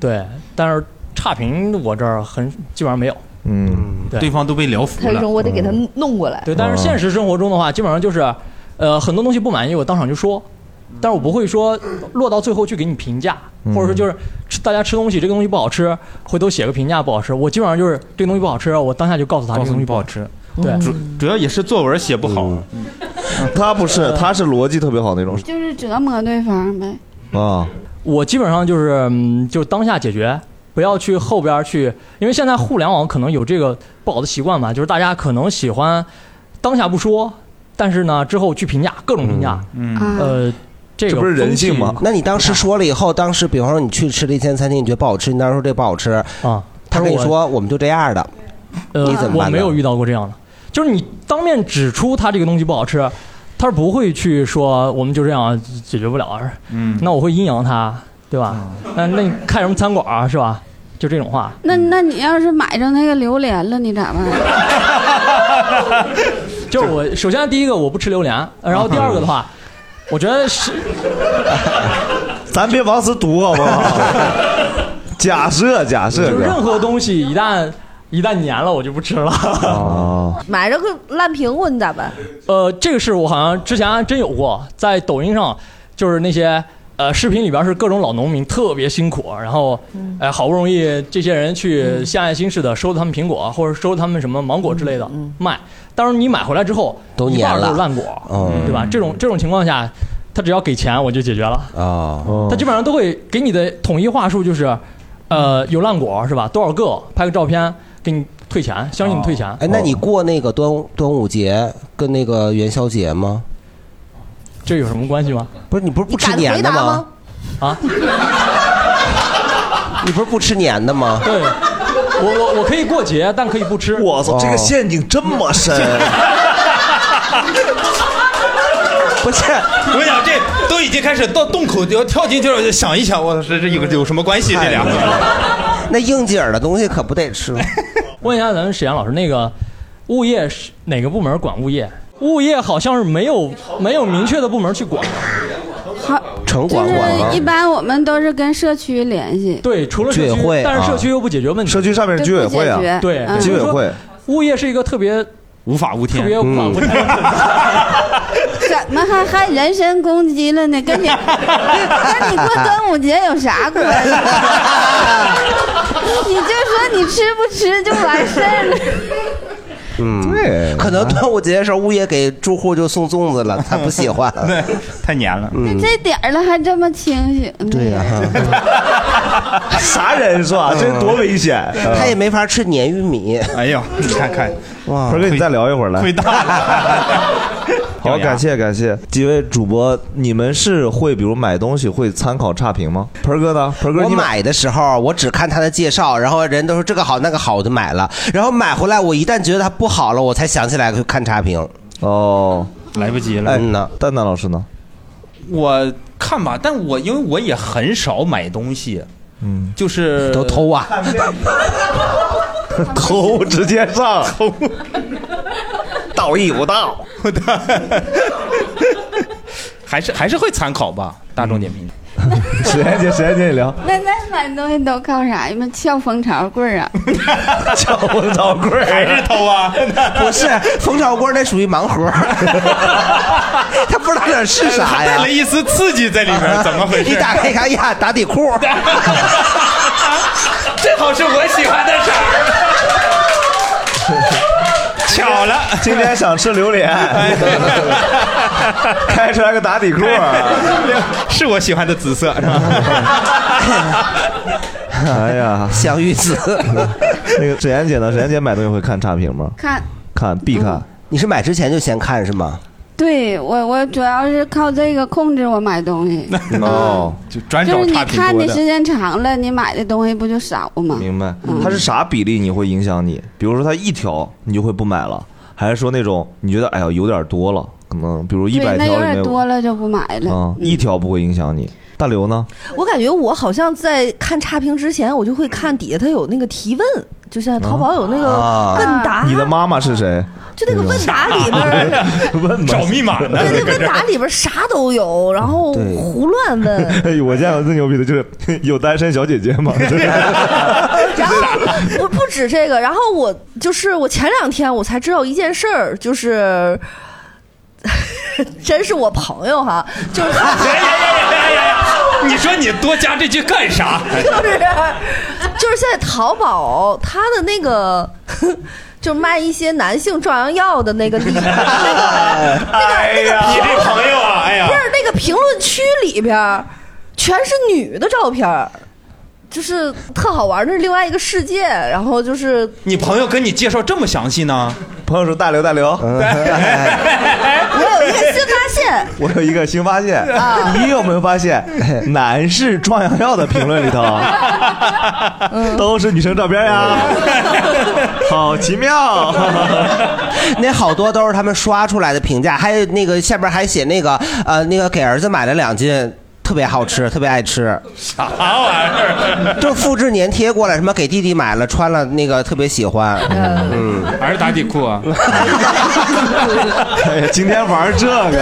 对，但是差评我这儿很基本上没有。嗯，对对方都被聊服他就了说。我得给他弄过来。对，但是现实生活中的话，基本上就是，呃，很多东西不满意我当场就说，但是我不会说落到最后去给你评价，嗯或者说就是吃大家吃东西这个东西不好吃，回头写个评价不好吃，我基本上就是这个东西不好吃，我当下就告诉他这个东西不好吃。嗯对，主主要也是作文写不好。他不是，呃他是逻辑特别好那种就是折磨对方呗。啊。我基本上就是嗯就当下解决，不要去后边儿去，因为现在互联网可能有这个不好的习惯吧，就是大家可能喜欢当下不说，但是呢之后去评价各种评价，嗯呃，这个风气那你哎当时说了以后，当时比方说你去吃了一间餐厅，你觉得不好吃，你当时说这不好吃啊，他跟你说我们就这样的，呃，你怎么办我呢没有遇到过这样的，就是你当面指出他这个东西不好吃，他是不会去说我们就这样解决不了，嗯，那我会阴阳他，对吧？嗯那那你开什么餐馆啊，是吧？就这种话，那那你要是买着那个榴莲了，你咋办？就是我首先第一个我不吃榴莲，然后第二个的话， 我觉得是 咱别往死堵好不好？假设假设就哥任何东西一旦一旦粘了，我就不吃了。哦，买着个烂苹果你咋办？呃，这个事我好像之前还真有过，在抖音上，就是那些呃视频里边是各种老农民特别辛苦，然后嗯哎、好不容易这些人去下爱心似的收他们苹果或者收他们什么芒果之类的卖，但是你买回来之后都一粘半儿都是了烂果，嗯对吧？这种这种情况下，他只要给钱我就解决了。哦啊，哦他基本上都会给你的统一话术就是，呃，有烂果是吧？多少个拍个照片给你退钱，相嗯信你退钱。哦哎，那你过那个端端午节跟那个元宵节吗？这有什么关系吗？不是你不是不吃敢回年的答吗？啊？ 你不是不吃年的吗？对，我我我可以过节，但可以不吃。我操，哦这个陷阱这么 深，不是， 我想这都已经开始到洞口要跳进去了，我就想一想，我这这有有什么关系？这俩那应景儿的东西可不得吃。 问一下咱们沈阳老师，那个物业是哪个部门管物业？物业好像是没有没有明确的部门去管，好，城就是一般我们都是跟社区联系。对，除了社居委会区，但是社区啊又不解决问题。社区上面是居委会对啊不解决嗯对，居委会。物业是一个特别无法无天特别无法无嗯天怎么还还人身攻击了呢？ 跟你跟你过端午节有啥关系？ 你就说你吃不吃就完事儿了。嗯，对，可能端午节的时候，物业给住户就送粽子了，他不喜 欢，对，太黏了。嗯，这点儿了还这么清醒呢？对呀、啥人是吧？这多危险！嗯他也没法吃黏玉米。哎呦，你看看，哇，坤哥，你再聊一会儿来。好，掉牙感谢感谢几位主播，你们是会比如买东西会参考差评吗？盆儿哥呢？盆儿哥，我你买的时候，我只看他的介绍，然后人都说这个好那个好，我就买了。然后买回来，我一旦觉得它不好了，我才想起来去看差评。哦，来不及了。嗯呐，蛋蛋老 师呢？我看吧，但我因为我也很少买东西，嗯，就是都偷啊， 偷直接上， 道义无道， 还是还是会参考吧，大众点评。嗯史岩姐，史岩姐，你聊。那那买东西都靠啥？你们撬蜂巢棍儿啊？撬蜂巢棍 儿还是偷啊？ 不是，冯小锅那属于盲盒，他不知道那是啥带呀了一丝刺激在里 边，怎么回事？你打 开一看呀，打底裤， 正好是我喜欢的色儿。巧了，今天想吃榴莲， 开出来个打底裤，啊是我喜欢的紫色，是吧？ 哎呀，香芋子。 那个沈岩姐呢？沈岩姐买东西会看差评吗？看，看必看。嗯你是买之前就先看是吗？对我我主要是靠这个控制我买 东西。哦，就专就是你看的时间长了，你买的东西不就少吗？明白，嗯它是啥比例你会影响你？比如说它一条你就会不买了，还是说那种你觉得哎呀有点多了，可能比如一对，百那有条点里多面了就不买了。嗯啊、一条不会影响你。大刘呢？哎我感觉我好像在看差评之前，我就会看底下它有那个提问，就像淘宝有那个嗯啊问答，你的妈妈是谁？就那个问答里边儿， 问找密码呢对，那问答里边儿啥都有，然后对胡乱 问，哎，我见过最牛逼的就是 有单身小姐姐 吗？然后 不不止这个，然后我就是我前两天我才知道一件事儿，就是。 真是我朋友哈，就是哎你说你多加这句干啥？ 就是就是现在淘宝它的那个就是卖一些男性壮阳药的那个里，哎 呀，你这朋友啊，哎呀不，是那个评论区里边儿全是女的照片儿，就是特好玩儿，那是另外一个世界。然后就是你朋友跟你介绍这么详细呢？朋友说大刘大 刘，我有一个新发现，我有一个新发现 啊，你有没有发现男士壮阳药的评 论里头都是女生照片 呀？好奇妙， 那好多都是他们刷出来的评价，还有那个下边还写那个呃那个给儿子买了两斤。特别好吃，特别爱吃，啥玩意儿？就复制粘贴过来，什么给弟弟买了穿了，那个特别喜欢，嗯，还是打底裤啊？哎呀，今天玩这个。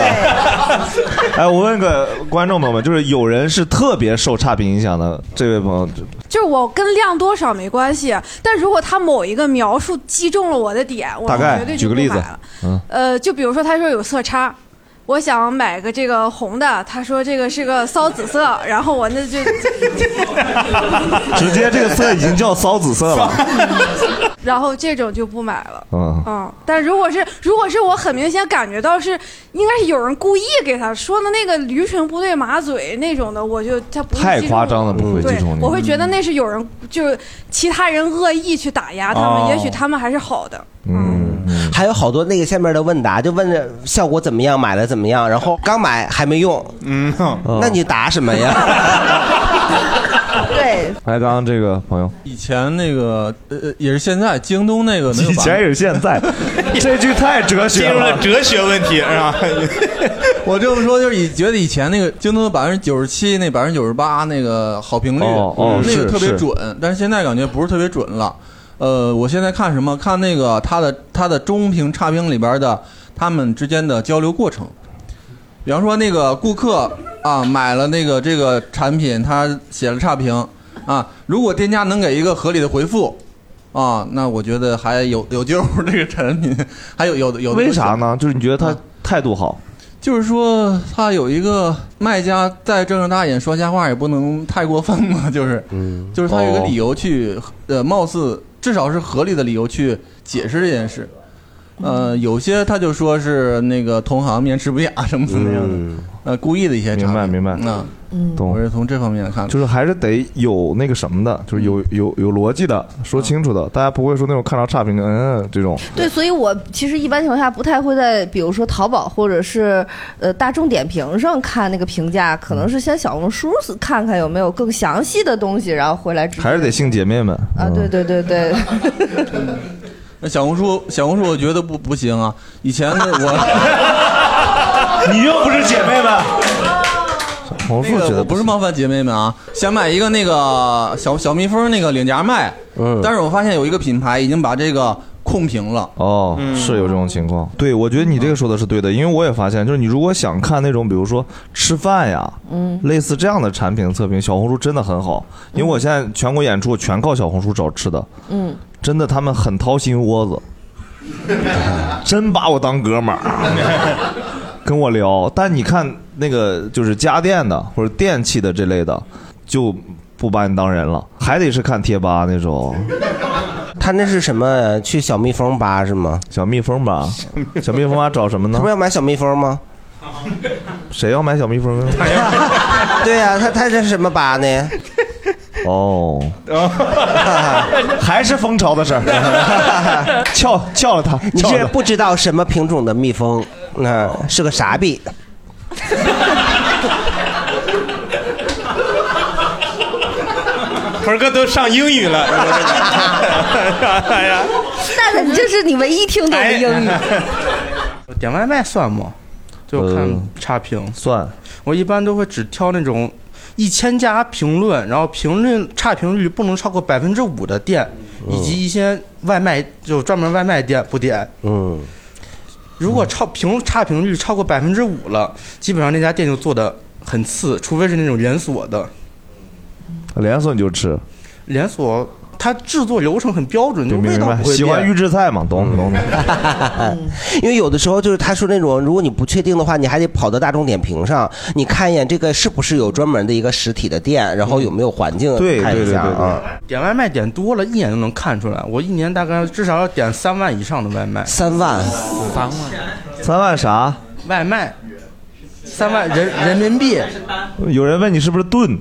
哎，我问个观众朋友们，就是有人是特别受差评影响的，这位朋友，就是我跟量多少没关系，但如果他某一个描述击中了我的点，我大概绝对举就个不例买子了。，嗯，呃，就比如说他说有色差，我想买个这个红的，他说这个是个骚紫色，然后我那就 直接这个色已经叫骚紫色了。 然后这种就不买了。嗯嗯，但如果是如果是我很明显感觉到是应该是有人故意给他说的那个驴唇不对马嘴那种的，我就他不会太击中夸我。张了，不会击嗯对中，你。我会觉得那是有人就是其他人恶意去打压他们，哦也许他们还是好的。嗯， 还有好多那个下面的问答，就问着效果怎么样，买了怎么样，然后刚买还没用，嗯，那你答什么呀？ 对，来，刚刚这个朋友，以前那个呃呃也是现在京东那个 那个以前也是现 在，这句太哲学了进入了哲学问题是吧？ 我这么说就是以觉得以前那个京东的百分之九十七那百分之九十八那个好评率，哦哦那是个特别是准，但是现在感觉不是特别准了。呃，我现在看什么？看那个他的他的中评差评里边的他们之间的交流过程。比方说那个顾客啊买了那个这个产品，他写了差评啊，如果店家能给一个合理的回复啊，那我觉得还有有救这个产品，还有有的有的为啥呢？就是你觉得嗯他态度好，就是说，他有一个卖家再睁着大眼说瞎话，也不能太过分嘛。就是，嗯就是他有哦一个理由去，呃，貌似至少是合理的理由去解释这件事。呃，有些他就说是那个同行面吃不雅什么怎么样的，呃，故意的一些明嗯白明白。啊，懂。嗯我是从这方面看，就是还是得有那个什么的，就是有有有逻辑的，说清楚的，大家不会说那种看到差评嗯这种。对，所以我其实一般情况下不太会在，比如说淘宝或者是呃大众点评上看那个评价，可能是先小红书看看有没有更详细的东西，然后回来直接还是得信姐妹们啊，对对对对，嗯 那小红书，小红书我觉得不不行啊。以前的我， 你又不是姐妹们。红那个我不是冒犯姐妹们啊，想买一个那个小小蜜蜂那个领夹麦，嗯但是我发现有一个品牌已经把这个控评了。哦，嗯是有这种情况。对，我觉得你这个说的是对的，因为我也发现，就是你如果想看那种，比如说吃饭呀，嗯类似这样的产品的测评，小红书真的很好。因为我现在全国演出，我全靠小红书找吃的，嗯，真的他们很掏心窝 子，真把我当哥们儿， 跟我聊。但你看那个就是家电的或者电器的这类的，就不把你当人了，还得是看贴吧那种。他那是什么？呃去小蜜蜂吧是吗？小蜜蜂吧，小蜜蜂吧找什么呢？他不要买小蜜蜂吗？谁要买小蜜蜂啊？对呀、他他这是什么吧呢？哦， 还是蜂巢的事 儿，撬撬了他。你撬是了不知道什么品种的蜜蜂，那、是个傻逼。鹏哥都上英语 了，哎呀，蛋蛋，这是你唯一听懂哎的 英语。点外卖算吗？就看差评、算。我一般都会只挑那种一千加评论，然后评论差评率不能超过百分之五的店，以及一些外卖就专门外卖店不点。嗯，如果超评差评率超过百分之五了，基本上那家店就做的很次，除非是那种连锁的。连锁你就吃，连锁它制作流程很标准，就对，味明道白不。会喜欢变。嗯预制菜嘛，懂懂懂。因为有的时候就是他说那种，如果你不确定的话，你还得跑到大众点评上，你看一眼这个是不是有专门的一个实体的店，然后有没有环境，看一下啊。点外卖点多了，一眼就能看出来。我一年大概至少要点三万以上的外卖。三万，三万，三万啥？外卖，三万人人民币。 有人问你是不是炖？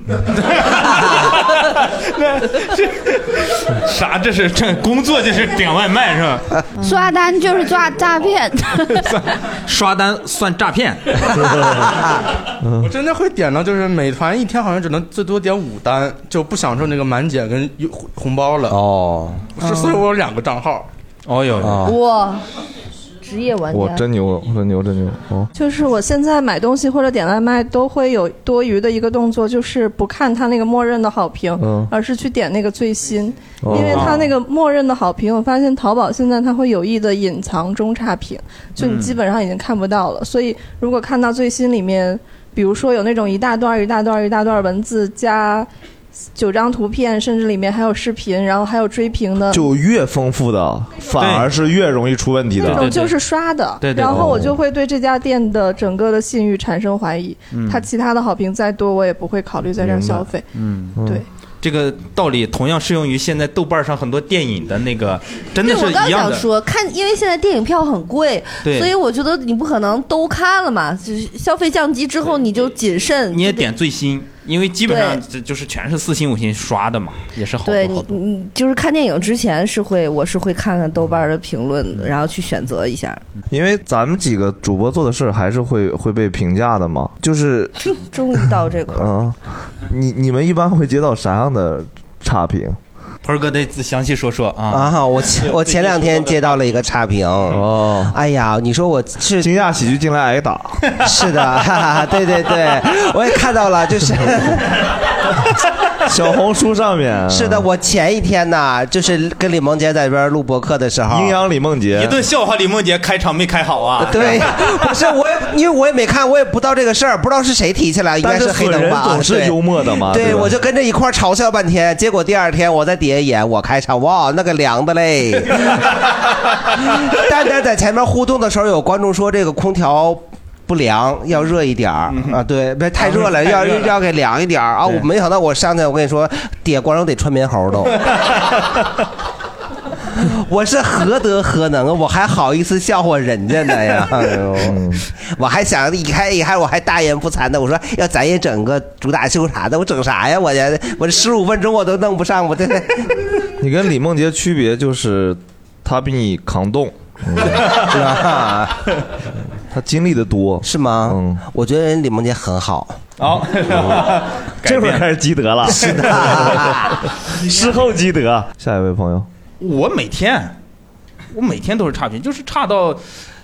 啥？这是这工作就是点外卖是吧？刷单就是抓诈骗。刷单算诈骗，我真的会点到，就是美团一天好像只能最多点五单，就不享受那个满减跟优红红包了。哦，啊是，所以我有两个账号。哦哟，哇，职业玩啊我家。真牛，真牛，真牛！哦，就是我现在买东西或者点外卖都会有多余的一个动作，就是不看它那个默认的好评，嗯而是去点那个最新，哦因为它那个默认的好评，我发现淘宝现在它会有意的隐藏中差评，就你嗯基本上已经看不到了。所以如果看到最新里面，比如说有那种一大段儿一大段儿一大段儿文字加九张图片，甚至里面还有视频，然后还有追评的，就越丰富的，反而是越容易出问题的。那种就是刷的，对对对然后我哦就会对这家店的整个的信誉产生怀疑。嗯它其他的好评再多，我也不会考虑在这儿消费。嗯，对。这个道理同样适用于现在豆瓣上很多电影的那个，真的对，是我刚一样想的。说，看，因为现在电影票很贵，对所以我觉得你不可能都看了嘛。就是消费降级之后，你就谨慎。你也点最新，因为基本上这就是全是四星五星刷的嘛，也是好对多好你多，。你你就是看电影之前是会，我是会看看豆瓣的评论的，然后去选择一下。嗯因为咱们几个主播做的事儿还是会会被评价的嘛。就是， 终于到这个，嗯，你你们一般会接到啥样的差评？鹏哥得详细说说啊啊！我前我前两天接到了一个差评哦，哎呀，你说我是惊讶喜剧进来挨打，是的，哈哈，对对对，我也看到了，就是。小红书上 面是的，我前一天呐，就是跟李梦洁在这边录播客的时候，阴阳李梦洁一顿笑话，李梦洁开场没开好啊？ 对，不是我也，因为我也没看，我也不知道这个事儿，不知道是谁提起来，应该但是黑损灯人吧？啊总是对幽默的嘛对，对吧我就跟着一块儿嘲笑半天，结果第二天我在底下演，我开场，哇，那个凉的嘞。 但是在前面互动的时候，有观众说这个空调。不凉，要热一点儿、啊！对，别太热了，太要热了要给凉一点儿啊！对我没想到我上去，我跟你说，底下观众得穿棉猴 都。我是何德何能啊！我还好意思笑话人家呢呀！ 哎呦，我还想一开一开，我还大言不惭的，我说要咱也整个主打秀啥的，我整啥呀？我这我这十五分钟我都弄不上，我这你跟李梦洁区别就是，她比你扛冻，嗯 她经历的多，是吗？嗯，我觉得人李梦洁很好。 好， 这会儿开始积德 了，是的，事后积德。下一位朋友， 我每天，我每天都是差评，就是差到，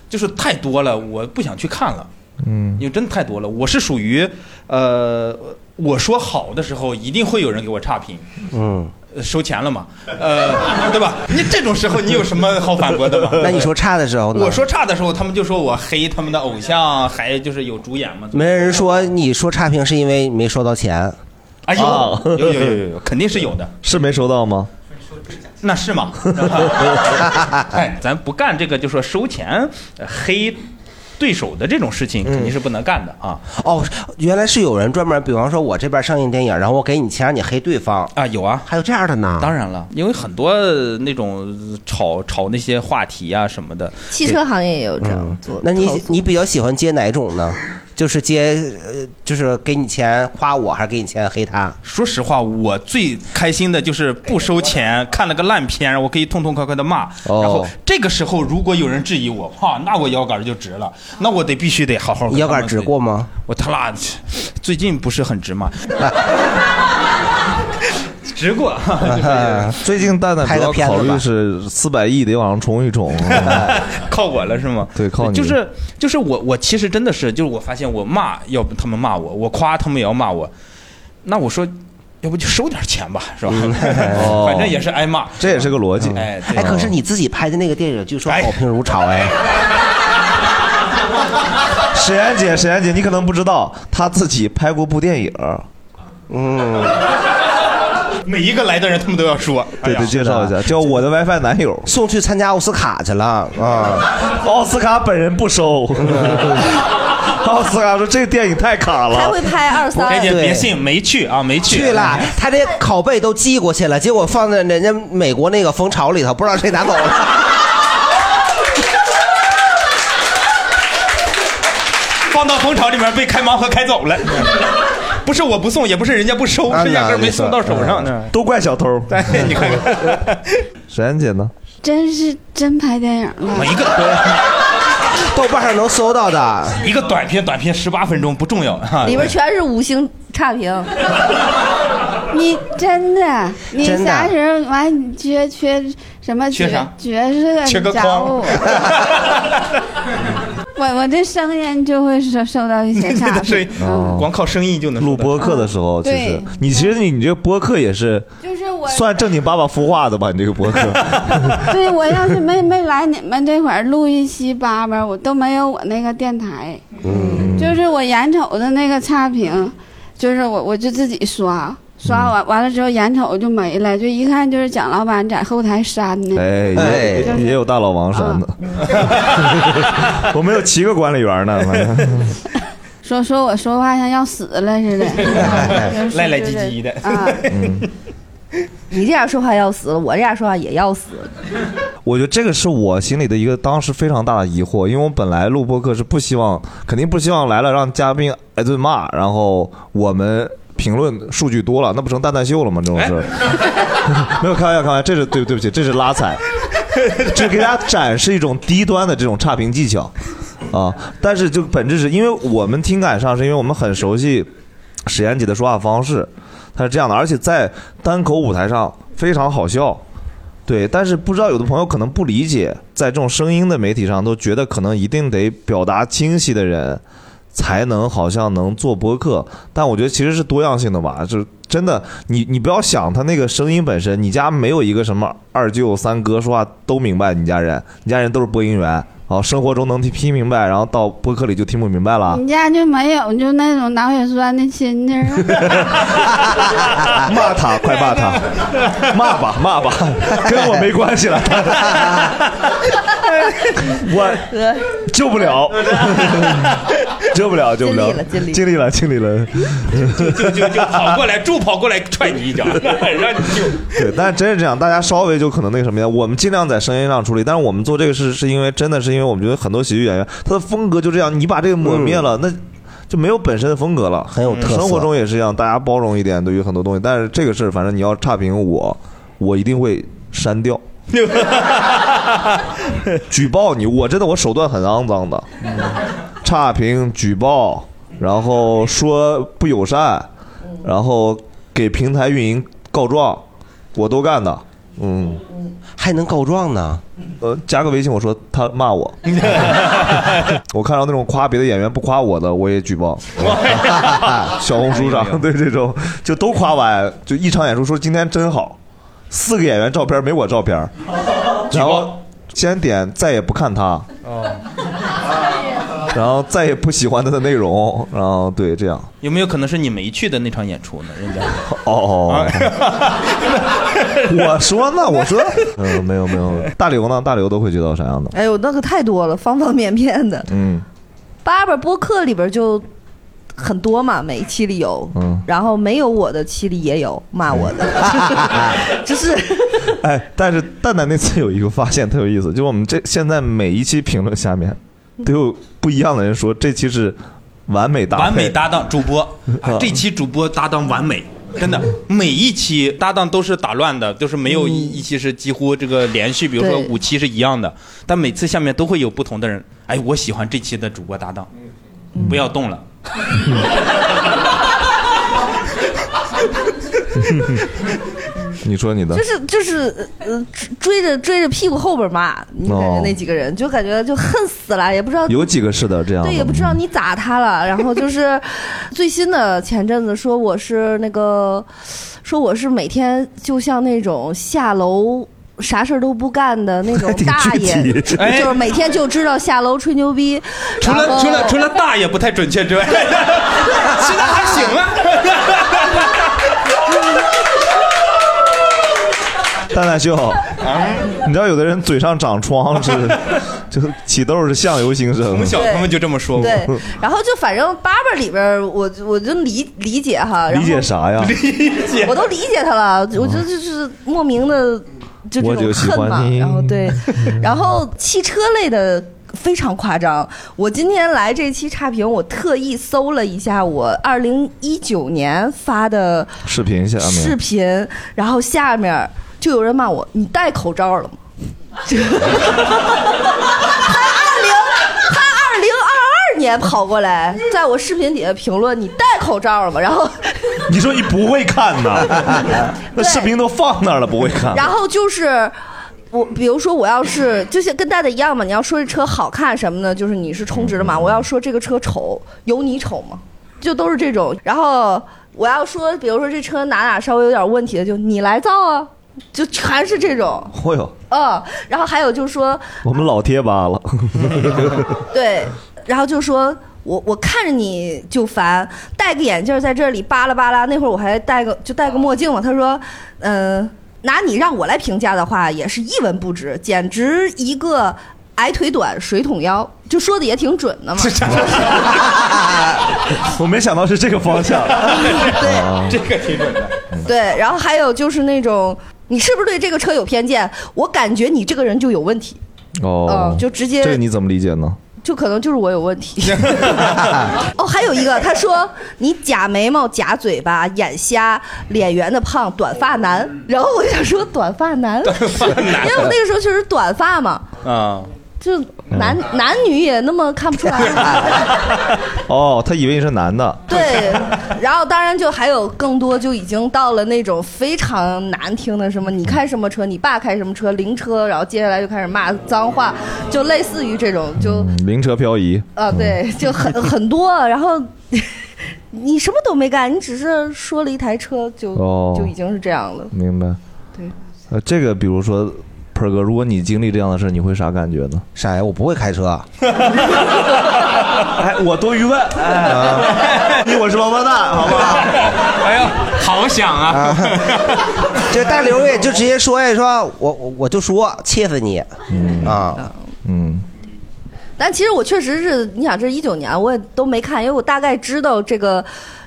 就是太多了，我不想去看了。嗯，因为真的太多了。我是属于，呃，我说好的时候，一定会有人给我差评，嗯，呃收钱了嘛，呃， 对吧？你这种时候，你有什么好反驳的嘛？ 那你说差的时候呢？我说差的时候，他们就说我黑他们的偶像，还就是有主演嘛。没人说你说差评是因为没收到钱。哎呦，哦有有有有有，肯定是有的，是没收到吗？那是 吗？哎，咱不干这个，就说收钱呃黑对手的这种事嗯情，肯定是不能干的啊。哦，原来是有人专门，比方说我这边上映电影，然后我给你钱让你黑对方啊，有啊，还有这样的呢。当然了，因为很多呃那种炒炒那些话题啊什么的，汽车行业也有这样做。那投你诉你比较喜欢接哪一种呢？就是接，呃，就是给你钱夸我，还是给你钱黑他？说实话，我最开心的就是不收钱，看了个烂片，我可以痛痛快快的骂。然哦后这个时候，如果有人质疑我，哈，那我腰杆儿就直了，那我得必须得好好跟他们。腰杆直过吗？我他妈，最近不是很直 吗？直 过。最近蛋蛋拍主个要片子考虑吧是四百亿得往上冲一 冲， 靠我了是吗？对，靠你就是就是我我其实真的是，就是我发现我骂，要不他们骂我，我夸他们也要骂我，那我说。要不就收点钱吧， 是吧？嗯哦反正也是挨骂，这也是个逻辑。哎，哎，可是你自己拍的那个电影据说好评如潮哎。沈岩姐，沈岩姐，你可能不知道，她自己拍过部电影，嗯，每一个来的人他们都要说，对对，介绍一下，叫哎我的 WiFi 男友，送去参加奥斯卡去了啊， 奥斯卡本人不 收，奥斯卡说这电影太卡了，哎姐对别信，没去啊，没去，去了，他这拷贝都寄过去了，结果放在人家美国那个蜂巢里头，不知道谁拿走 了。放到蜂巢里面被开盲盒开走了。 不是我不送，也不是人家不收，是压根儿没送到手上。都怪小偷。 哎，你看看，沈岩姐呢？真是真拍电影了。一个豆瓣上能搜到的，一个哎短片，短片十八分钟不重要哈。里边全是五星差评。你真的，你真的啥时候完你缺缺什么缺角啥角色缺个人物框？我我这声音就会受受到一些差声评音。光靠声音就能哦录播客的时候，其实对你其实你你这播客也是，就是我算正经八百孵化的吧？你这个播客，对我要是没没来你们这块儿录一期叭叭，我都没有我那个电台。嗯，就是我眼瞅着那个差评，就是我我就自己刷，刷完完了之后眼瞅就没了，就一看就是蒋老板在后台删的。哎，也就是也有大老王山的，啊我们有七个管理员呢，反正。说说我说话像要死了似的， 就是哎赖赖唧唧的。啊，嗯你这样说话要死了，我这样说话也要死了。我觉得这个是我心里的一个当时非常大的疑惑，因为我本来录播客是不希望，肯定不希望来了让嘉宾挨顿骂，然后我们评论数据多了，那不成蛋蛋秀了吗？这种事儿， 没有开玩笑，开玩笑，这是对对不起，这是拉踩，这给大家展示一种低端的这种差评技巧啊。但是就本质是因为我们听感上是因为我们很熟悉史岩姐的说话方式，她是这样的，而且在单口舞台上非常好笑。对，但是不知道有的朋友可能不理解，在这种声音的媒体上，都觉得可能一定得表达清晰的人才能好像能做播客，但我觉得其实是多样性的吧，就是真的，你你不要想他那个声音本身，你家没有一个什么二舅三哥说话啊都明白，你家人，你家人都是播音员，好，啊生活中能听听明白，然后到播客里就听不明白了。你家就没有就那种脑血栓的亲戚 儿？啊骂他，快骂他， 骂吧骂吧，跟我没关系 了，我救不 了，救不了，救不了，尽力了尽力尽力了，尽力了。就就就跑过来，猪跑过来踹你一脚，让你就 对，但是真是这样，大家稍微就可能那个什么呀，我们尽量在声音上处理，但是我们做这个事是因为真的是因为我们觉得很多喜剧演员他的风格就这样，你把这个抹灭了，那。就没有本身的风格了，很有特色生活中也是一样，大家包容一点，对于很多东西。但是这个事儿，反正你要差评我，我一定会 删掉，举报你。我真的我手段很肮脏的，差评、举报，然后说不友善，然后给平台运营告状，我都干的。嗯，还能告状呢？呃，加个微信，我说他 骂我，我看到那种夸别的演员不夸我的，我也举报。小红书上对这种就都夸完，就一场演出说今天真好，四个演员照片没我照片， 然后先点再也不看他，哦然后再也不喜欢他的内容，然后对这样。有没有可能是你没去的那场演出呢？人家 哦，我说呢，我 说，嗯，没有没有，大刘呢？大刘都会觉得啥样的？哎呦，那个太多了，方方面面的。嗯八本播客里边就很多嘛，每一期里有，嗯。然后没有我的期里也有骂我的， 就是哎，但是蛋蛋那次有一个发现特有意思，就我们这现在每一期评论下面都有不一样的人说这期是完美搭配， 完美搭档主播， 啊嗯这期主播搭档完美。真的，每一期搭档都是打乱的，就是没有一一期是几乎这个连续，比如说对五期是一样的，但每次下面都会有不同的人。哎，我喜欢这期的主播搭档，不要动 了。 你说你的，就是就是呃追着追着屁股后边骂，你感觉哦那几个人就感觉就恨死了，也不知道有几个是的这样的，对，也不知道你咋他了。然后就是最新的前阵子说我是那个，说我是每天就像那种下楼。啥事儿都不干的那 种挺大具爷，体哎就是每天就知道下楼吹牛逼。除然了后除了除了大爷不太准确之 外，其他还行 啊。嗯蛋 蛋秀，啊 你知道有的人嘴上长疮是，就是起痘是相由心生，从小他们就这么说 对，然后就反正八八里边儿，我我就理理解哈，然理后解 啥呀？我都理解他了，我觉得就是莫名的就我这种就喜恨嘛欢，你然后 对，然后汽车类的。非常夸张！我今天来这期差评，我特意搜了一下我二零一九年发的视频下面视频，然后下面就有人骂我：“你戴口罩了吗？” 他二零他二零二二年年跑过来，在我视频底下评论：“你戴口罩了吗？”然后，你说你不会看 呐？那视频都放那儿了，不会看。然后就是我，比如说我要是就是跟戴的一样嘛，你要说这车好看什么的，就是你是充值的嘛。我要说这个车丑，有你丑吗？就都是这种。然后我要说，比如说这车哪哪稍微有点问题的，就你来造啊，就全是这种。嚯哟，嗯，然后还有就是说，哎我们老贴吧 了。 对，然后就说我我看着你就烦，戴个眼镜在这里巴拉巴拉。那会儿我还戴个就戴个墨镜嘛。他说，嗯、拿你让我来评价的话，也是一文不值，简直一个矮腿短水桶腰，就说的也挺准的嘛。我没想到是这个方 向。啊 对，这个挺准的。对，然后还有就是那种，你是不是对这个车有偏见？我感觉你这个人就有问题，哦嗯，就直接这个你怎么理解呢？就可能就是我有问题。哦，还有一个，他说你假眉毛、假嘴巴、眼瞎、脸圆的胖、短发男。然后我就想说短发男，因为我那个时候确实短发嘛， 啊，就男、男女也那么看不出 来。哦，他以为你是男的。对，然后当然就还有更多，就已经到了那种非常难听的什么，你开什么车，你爸开什么车，灵车，然后接下来就开始骂脏话，就类似于这种就。嗯灵车漂移。啊，对，就很很多，啊然后你什么都没干，你只是说了一台车就、哦就已经是这样了。明白。对。呃，这个比如说，盆儿哥，如果你经历这样的事，你会啥感觉呢？啥呀？我不会开车。啊哎，我多余问。啊哎，你我是王八蛋，好不好？哎呦，好想啊！这大刘也 就直接说呀，说我我我就说气死你啊！嗯，但其实我确实是，你想，这一九年啊我也都没看，因为我大概知道这个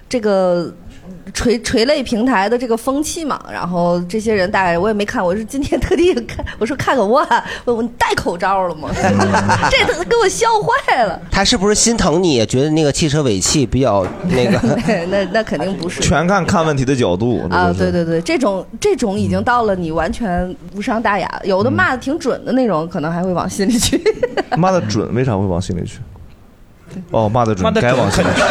这个垂垂类平台的这个风气嘛。然后这些人大概我也没看，我是今天特地看，我说看看我，问我你戴口罩了吗？ 这都给我笑坏了。他是不是心疼你？觉得那个汽车尾气比较那个？ 对那那肯定不 是。全看看问题的 角度。啊，这就是对对对，这种这种已经到了你完全无伤大雅，有的骂的挺准的那种，可能还会往心里去。 骂的准，为啥会往心里去？哦，骂的准，该往心里去。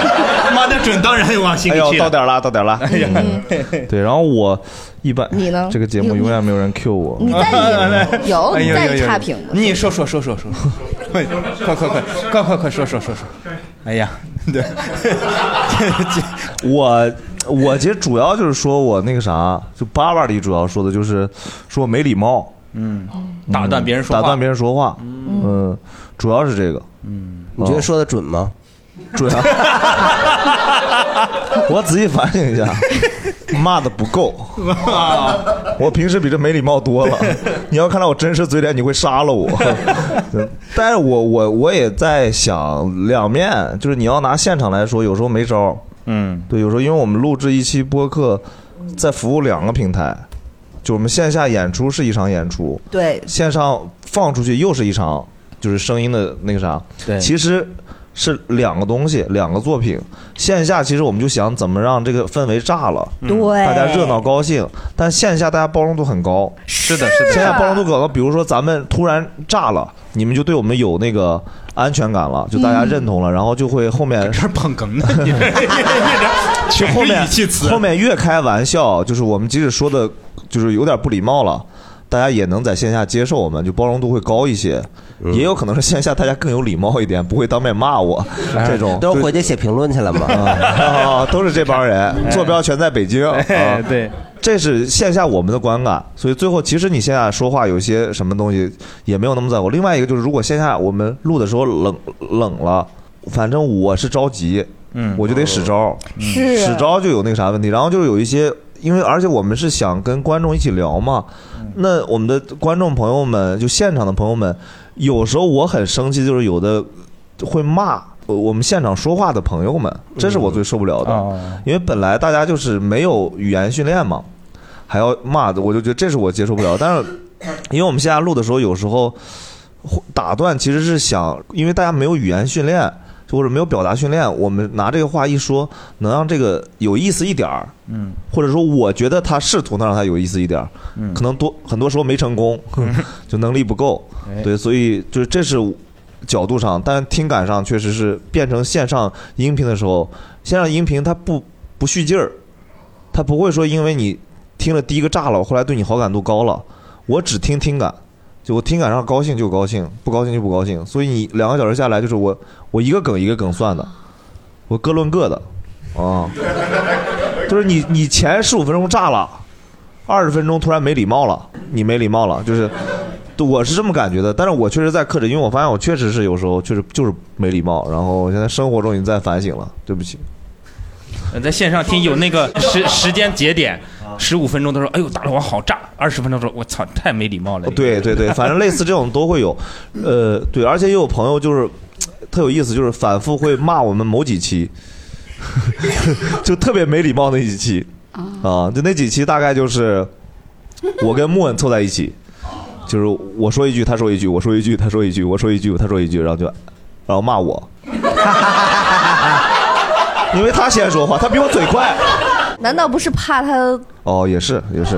妈的准，当然往心哎里呦，去啊哎了。到点儿了，到点儿了。嗯对，然后我一般你呢这个节目永远没有人 Q 我。你 在意有哎你呦在呦意呦差评吗？你说说说说说，快快快快快快快说说说说！哎 呀，对， 我我其实主要就是说我那个啥，就八八里主要说的就是说我没礼貌，嗯，打断别人说话，打断别人说话，嗯，主要是这个。嗯，你觉得说的准吗？准啊！ 我仔细反省一下，骂的不够。 我平时比这没礼貌多 了。你要看到我真实嘴脸，你会杀了我。但是我我我也在想两面，就是你要拿现场来说，有时候没招儿。嗯，对，有时候因为我们录制一期播客，在服务两个平台，就我们线下演出是一场演出，对，线上放出去又是一场，就是声音的那个啥。对其实是两个东西，两个作品。线下其实我们就想怎么让这个氛围炸了，对大家热闹高兴。但线下大家包容度很高，是的，是的线下包容度很高，比如说咱们突然炸了，你们就对我们有那个安全感了，就大家认同了，然后就会后面嗯这捧哏呢，你这就后面后面越开玩笑，就是我们即使说的，就是有点不礼貌了，大家也能在线下接受我们，就包容度会高一些。嗯也有可能是线下大家更有礼貌一点，不会当面骂我哎这种。都回去写评论去了嘛？ 啊，都是这帮人，坐标全在北京。啊哎对，这是线下我们的观感，所以最后其实你线下说话有些什么东西也没有那么在乎。另外一个就是，如果线下我们录的时候冷冷了，反正我是着急，嗯，我就得使招，嗯是使招就有那个啥问题。然后就是有一些，因为而且我们是想跟观众一起聊嘛，那我们的观众朋友们，就现场的朋友们，有时候我很生气，就是有的会骂。我我们现场说话的朋友们，这是我最受不了的，因为本来大家就是没有语言训练嘛，还要骂的，我就觉得这是我接受不了。但是，因为我们线下录的时候，有时候打断其实是想，因为大家没有语言训练，或者没有表达训练，我们拿这个话一说，能让这个有意思一点儿，嗯，或者说我觉得他试图能让他有意思一点儿，可能多很多时候没成功，就能力不够，对，所以就是这是角度上，但听感上确实是变成线上音频的时候，线上音频它不不蓄劲儿，它不会说因为你听了第一个炸了，我后来对你好感度高了，我只听听感，就我听感上高兴就高兴，不高兴就不高兴，所以你两个小时下来就是我我一个梗一个梗算的，我各论各的，啊、就是你你前十五分钟炸了，二十分钟突然没礼貌了，你没礼貌了，就是。对我是这么感觉的，但是我确实在克制，因为我发现我确实是有时候确实就是没礼貌，然后现在生活中已经在反省了，对不起。呃在线上听有那个时时间节点，十五分钟的时候，哎呦大老王好炸；二十分钟的时候，我操，太没礼貌了。对对对，反正类似这种都会有，呃，对，而且也有朋友就是特有意思，就是反复会骂我们某几期， 就特别没礼貌那几期啊，就那几期大概就是我跟莫文凑在一起，就是我说一句，他说一句，我说一句，他说一句，我说一句，他说一句，然后就然后骂我， 因为他先说话，他比我嘴快。难道不是怕他哦，也是也是。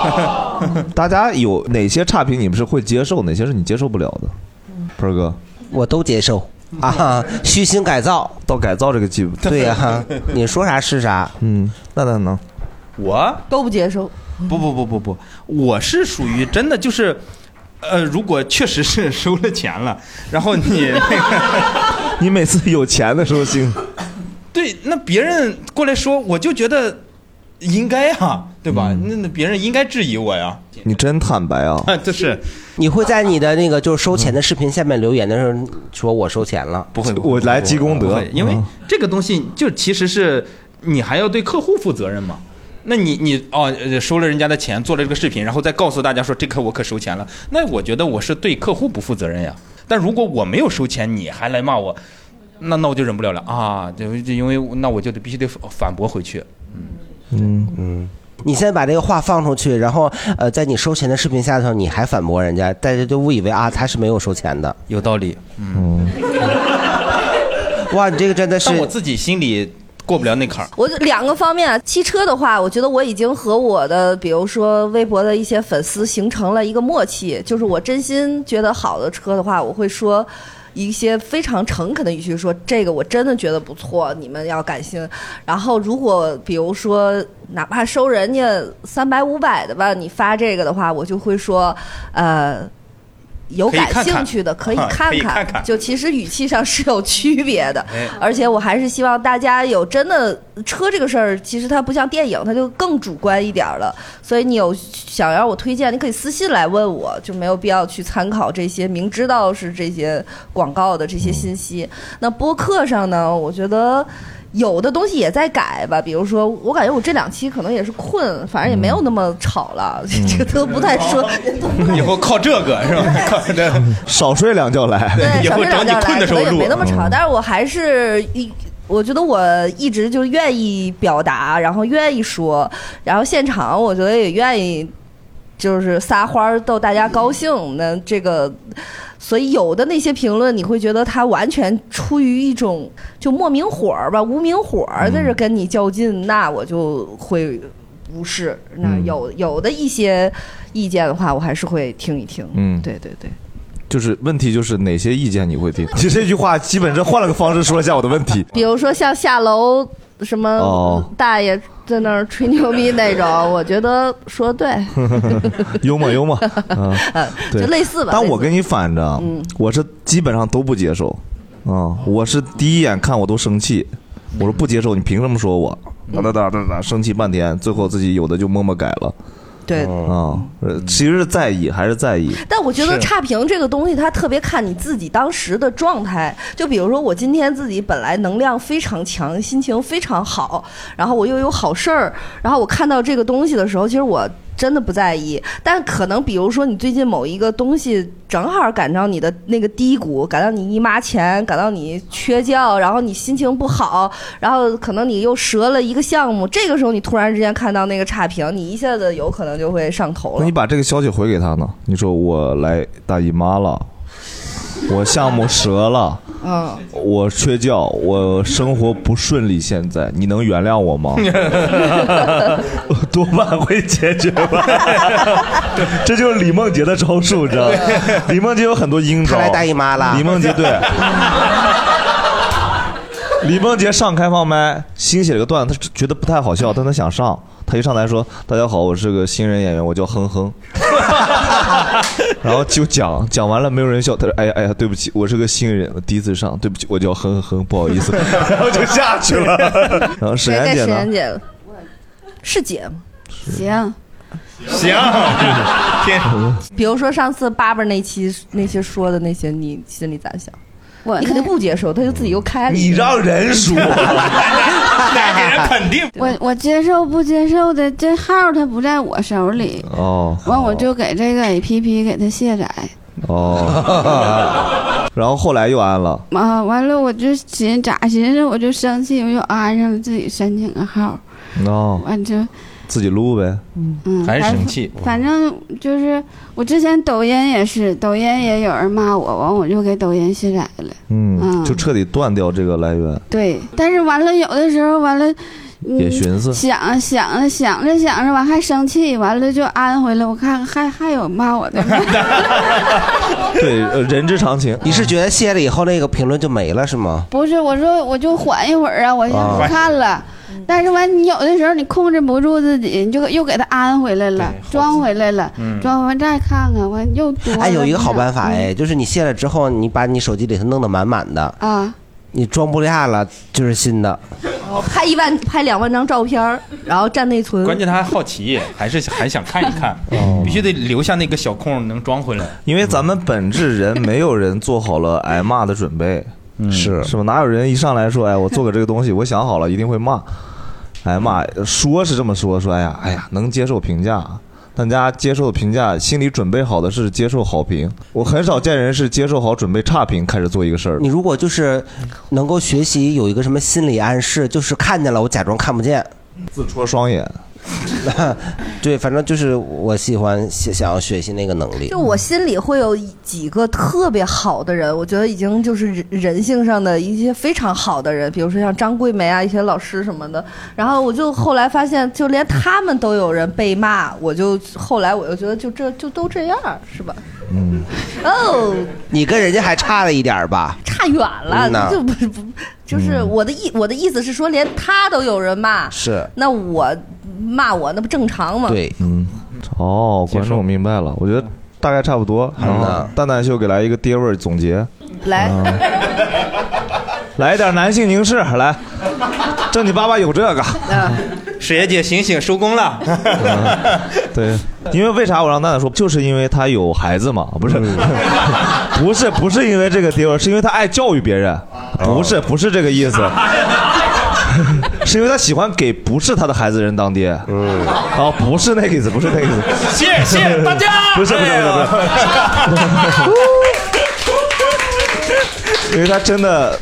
大家有哪些差评你们是会接受，哪些是你接受不了的？鹏儿哥，我都接受啊，虚心改造到改造这个级，对呀、 你说啥是啥。嗯，那那能。我都不接受？不不不不不，我是属于真的就是，呃，如果确实是收了钱了， 然后你那个。 你每次有钱的时候行。 对，那别人过来说，我就觉得应该啊，对吧？嗯那那别人应该质疑我呀。你真坦白 啊！这是你会在你的那个就是收钱的视频下面留言的时候说我收钱了，不会，我来积功德嗯不会因为这个东西就其实是你还要对客户负责任嘛。那你你哦呃收了人家的钱，做了这个视频，然后再告诉大家说这个我可收钱了，那我觉得我是对客户不负责任呀。但如果我没有收钱，你还来骂我，那那我就忍不了了啊！就就因为那我就得必须得反驳回去。嗯嗯，你先把这个话放出去，然后呃，在你收钱的视频下头，你还反驳人家，大家就误以为啊他是没有收钱的，有道理。嗯， 哇，你这个真的是，但我自己心 里过不了那坎儿。我就两个方面啊，汽车的话，我觉得我已经和我的，比如说微博的一些粉丝形成了一个默契，就是我真心觉得好的车的话，我会说一些非常诚恳的语气，说这个我真的觉得不错，你们要感谢。然后如果比如说哪怕收人家三百五百的吧，你发这个的话，我就会说，呃。有可以感看看兴趣的可以啊看可以看看，看就其实语气上是有区别的哎，而且我还是希望大家有真的车这个事儿，其实它不像电影，它就更主观一点儿了。所以你有想要我推荐，你可以私信来问我，就没有必要去参考这些明知道是这些广告的这些信息。嗯那播客上呢，我觉得。有的东西也在改吧，比如说，我感觉我这两期可能也是困，反正嗯也没有那么吵了， 这个都不太哦 说，以后靠这个 是吧？靠这少睡两觉来。对，小队长叫来，可能也没那么吵，嗯但是我还是一。我觉得我一直就愿意表达，然后愿意说，然后现场我觉得也愿意，就是撒欢儿逗大家高兴。那这个，所以有的那些评论，你会觉得他完全出于一种就莫名火儿吧，无名火儿在这跟你较劲，那我就会无视。那有有的一些意见的话，我还是会听一听。嗯对对对。就是问题就是哪些意见你会嗯听？就这句话基本上换了个方式说一下我的问题。比如说像下楼什嗯么哦大爷在那儿吹牛逼那种，我觉得说对， 幽默幽 默，嗯，对，啊就类似吧但类似我跟你反着，嗯我是基本上都不接受，啊、我是第一眼看我都生气，我说不接受，你凭什么说我？哒哒哒哒哒，生气半天，最后自己有的就默默改了。对啊、呃其实是在意，还是在意。但我觉得差评这个东西，它特别看你自己当时的状态。就比如说，我今天自己本来能量非常强，心情非常好，然后我又有好事儿，然后我看到这个东西的时候，其实我真的不在意。但可能比如说，你最近某一个东西正好赶上你的那个低谷，赶到你姨妈前，赶到你缺觉，然后你心情不好，然后可能你又折了一个项目，这个时候你突然之间看到那个差评，你一下子有可能就会上头那了你。 把这个消息回给他呢？你说我来大姨妈了，我项目折了，嗯，我缺觉，我生活不顺利，现在你能原谅我吗？ 啊 多半会解决吧。 这就是李梦洁的招数，知道吗？李梦洁有很多阴招。她来大姨妈了李梦洁 对。李梦洁上开放麦，新写了个段子，她觉得不太好笑，但她想上。她一上台说：“大家好，我是个新人演员，我叫哼 哼。”然后就讲讲完了，没有人笑。他说：“哎呀哎呀，对不起，我是个新人，我第一次上，对不起，我叫哼哼，不好意 思。”然后就下去了。然后沈岩该该姐沈呢岩？姐了，是姐吗？行，行，天，嗯比如说上次巴巴那期那些说的那些，你心里咋想？我你肯定不接受，他就自己又开嗯了。你让人说给人肯定。我我接受不接受的这号儿它不在我手里， 哦完我就给这个 A P P 给它卸载， 哦。然后后来又安了。啊，完了我就寻咋寻思我就生气，我又安上了自己申请个号儿，哦，完就自己撸呗。嗯，还是反生气反正就是我之前抖音也是，抖音也有人骂我，完我就给抖音卸载了。嗯，嗯就彻底断掉这个来源。对，但是完了，有的时候完了，嗯也寻思想啊想啊想着想着，完还生气，完了就安回来，我看还还有骂我的 吗，对，呃人之常情。你是觉得卸了以后那个评论就没了是吗？不是，我说我就缓一会儿啊，嗯我就啊不看了。但是完，你有的时候你控制不住自己，你就又给它安回来了，装回来了，嗯装完再看看，完又多了。哎，有一个好办法嗯哎，就是你卸了之后，你把你手机里头弄得满满的，啊，你装不下了就是新的。哦拍一万拍两万张照片儿，然后占内存。关键他还好奇，还是还想看一看，必须得留下那个小空能装回来。因为咱们本质人没有人做好了挨骂的准备，是嗯是吧？哪有人一上来说，哎，我做个这个东西，我想好了一定会骂，挨骂说是这么说，说哎呀，哎呀，能接受评价，但大家接受评价，心里准备好的是接受好评。我很少见人是接受好准备差评开始做一个事儿。你如果就是能够学习有一个什么心理暗示，就是看见了我假装看不见，自戳双眼。 对，反正就是我喜欢想想要学习那个能力就。我心里会有几个特别好的人，我觉得已经就是人人性上的一些非常好的人，比如说像张桂梅啊，一些老师什么的。然后我就后来发现，就连他们都有人被骂，我就后来我就觉得就这就都这样，是吧？嗯，哦，你跟人家还差了一点儿吧？差远了，嗯呐嗯就不不就是我的意我的意思是说，连他都有人骂，是那我骂我那不正常吗？，，嗯，哦，观众明白了，我觉得大概差不多。然后蛋蛋秀给来一个爹味儿总结，来。嗯来一点男性凝视，来，正经八百有这个。水爷姐醒醒，收工了。嗯对， 因为为啥我让蛋蛋说，就是因为他有孩子嘛，不是， 不是，不是因为这个爹味儿，是因为他爱教育别人，不是，不是这个 意思。是因为他喜欢给不是他的孩子人当爹，嗯，哦，不是那个意思，不是那个意思，谢谢大 家不是不是不是不是， 因为他真的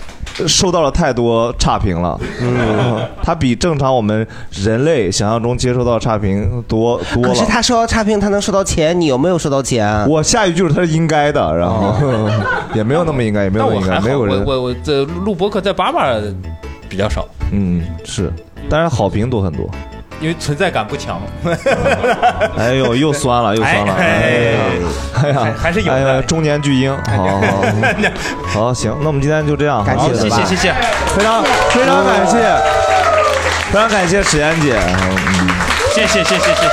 受到了太多差评了，嗯，他比正常我们人类想象中接受到差评多多了。可是他收到差评，他能收到钱，你有没有收到钱？啊我下一句就是他是应该的，然 后也没有那么应该，也没有那我那么应还该，好，没有我人，我我这录播客在爸爸比较少，嗯，是，但是好评多很多。因为存在感不强。 哎 呦，又酸了，又酸了，哎呀，哎呀，还是有，哎呀，中年巨婴，好好 好，好，行，那我们今天就这样，感好谢谢谢谢谢，非常非常感谢，非常感谢史岩姐，嗯。谢谢谢谢谢谢。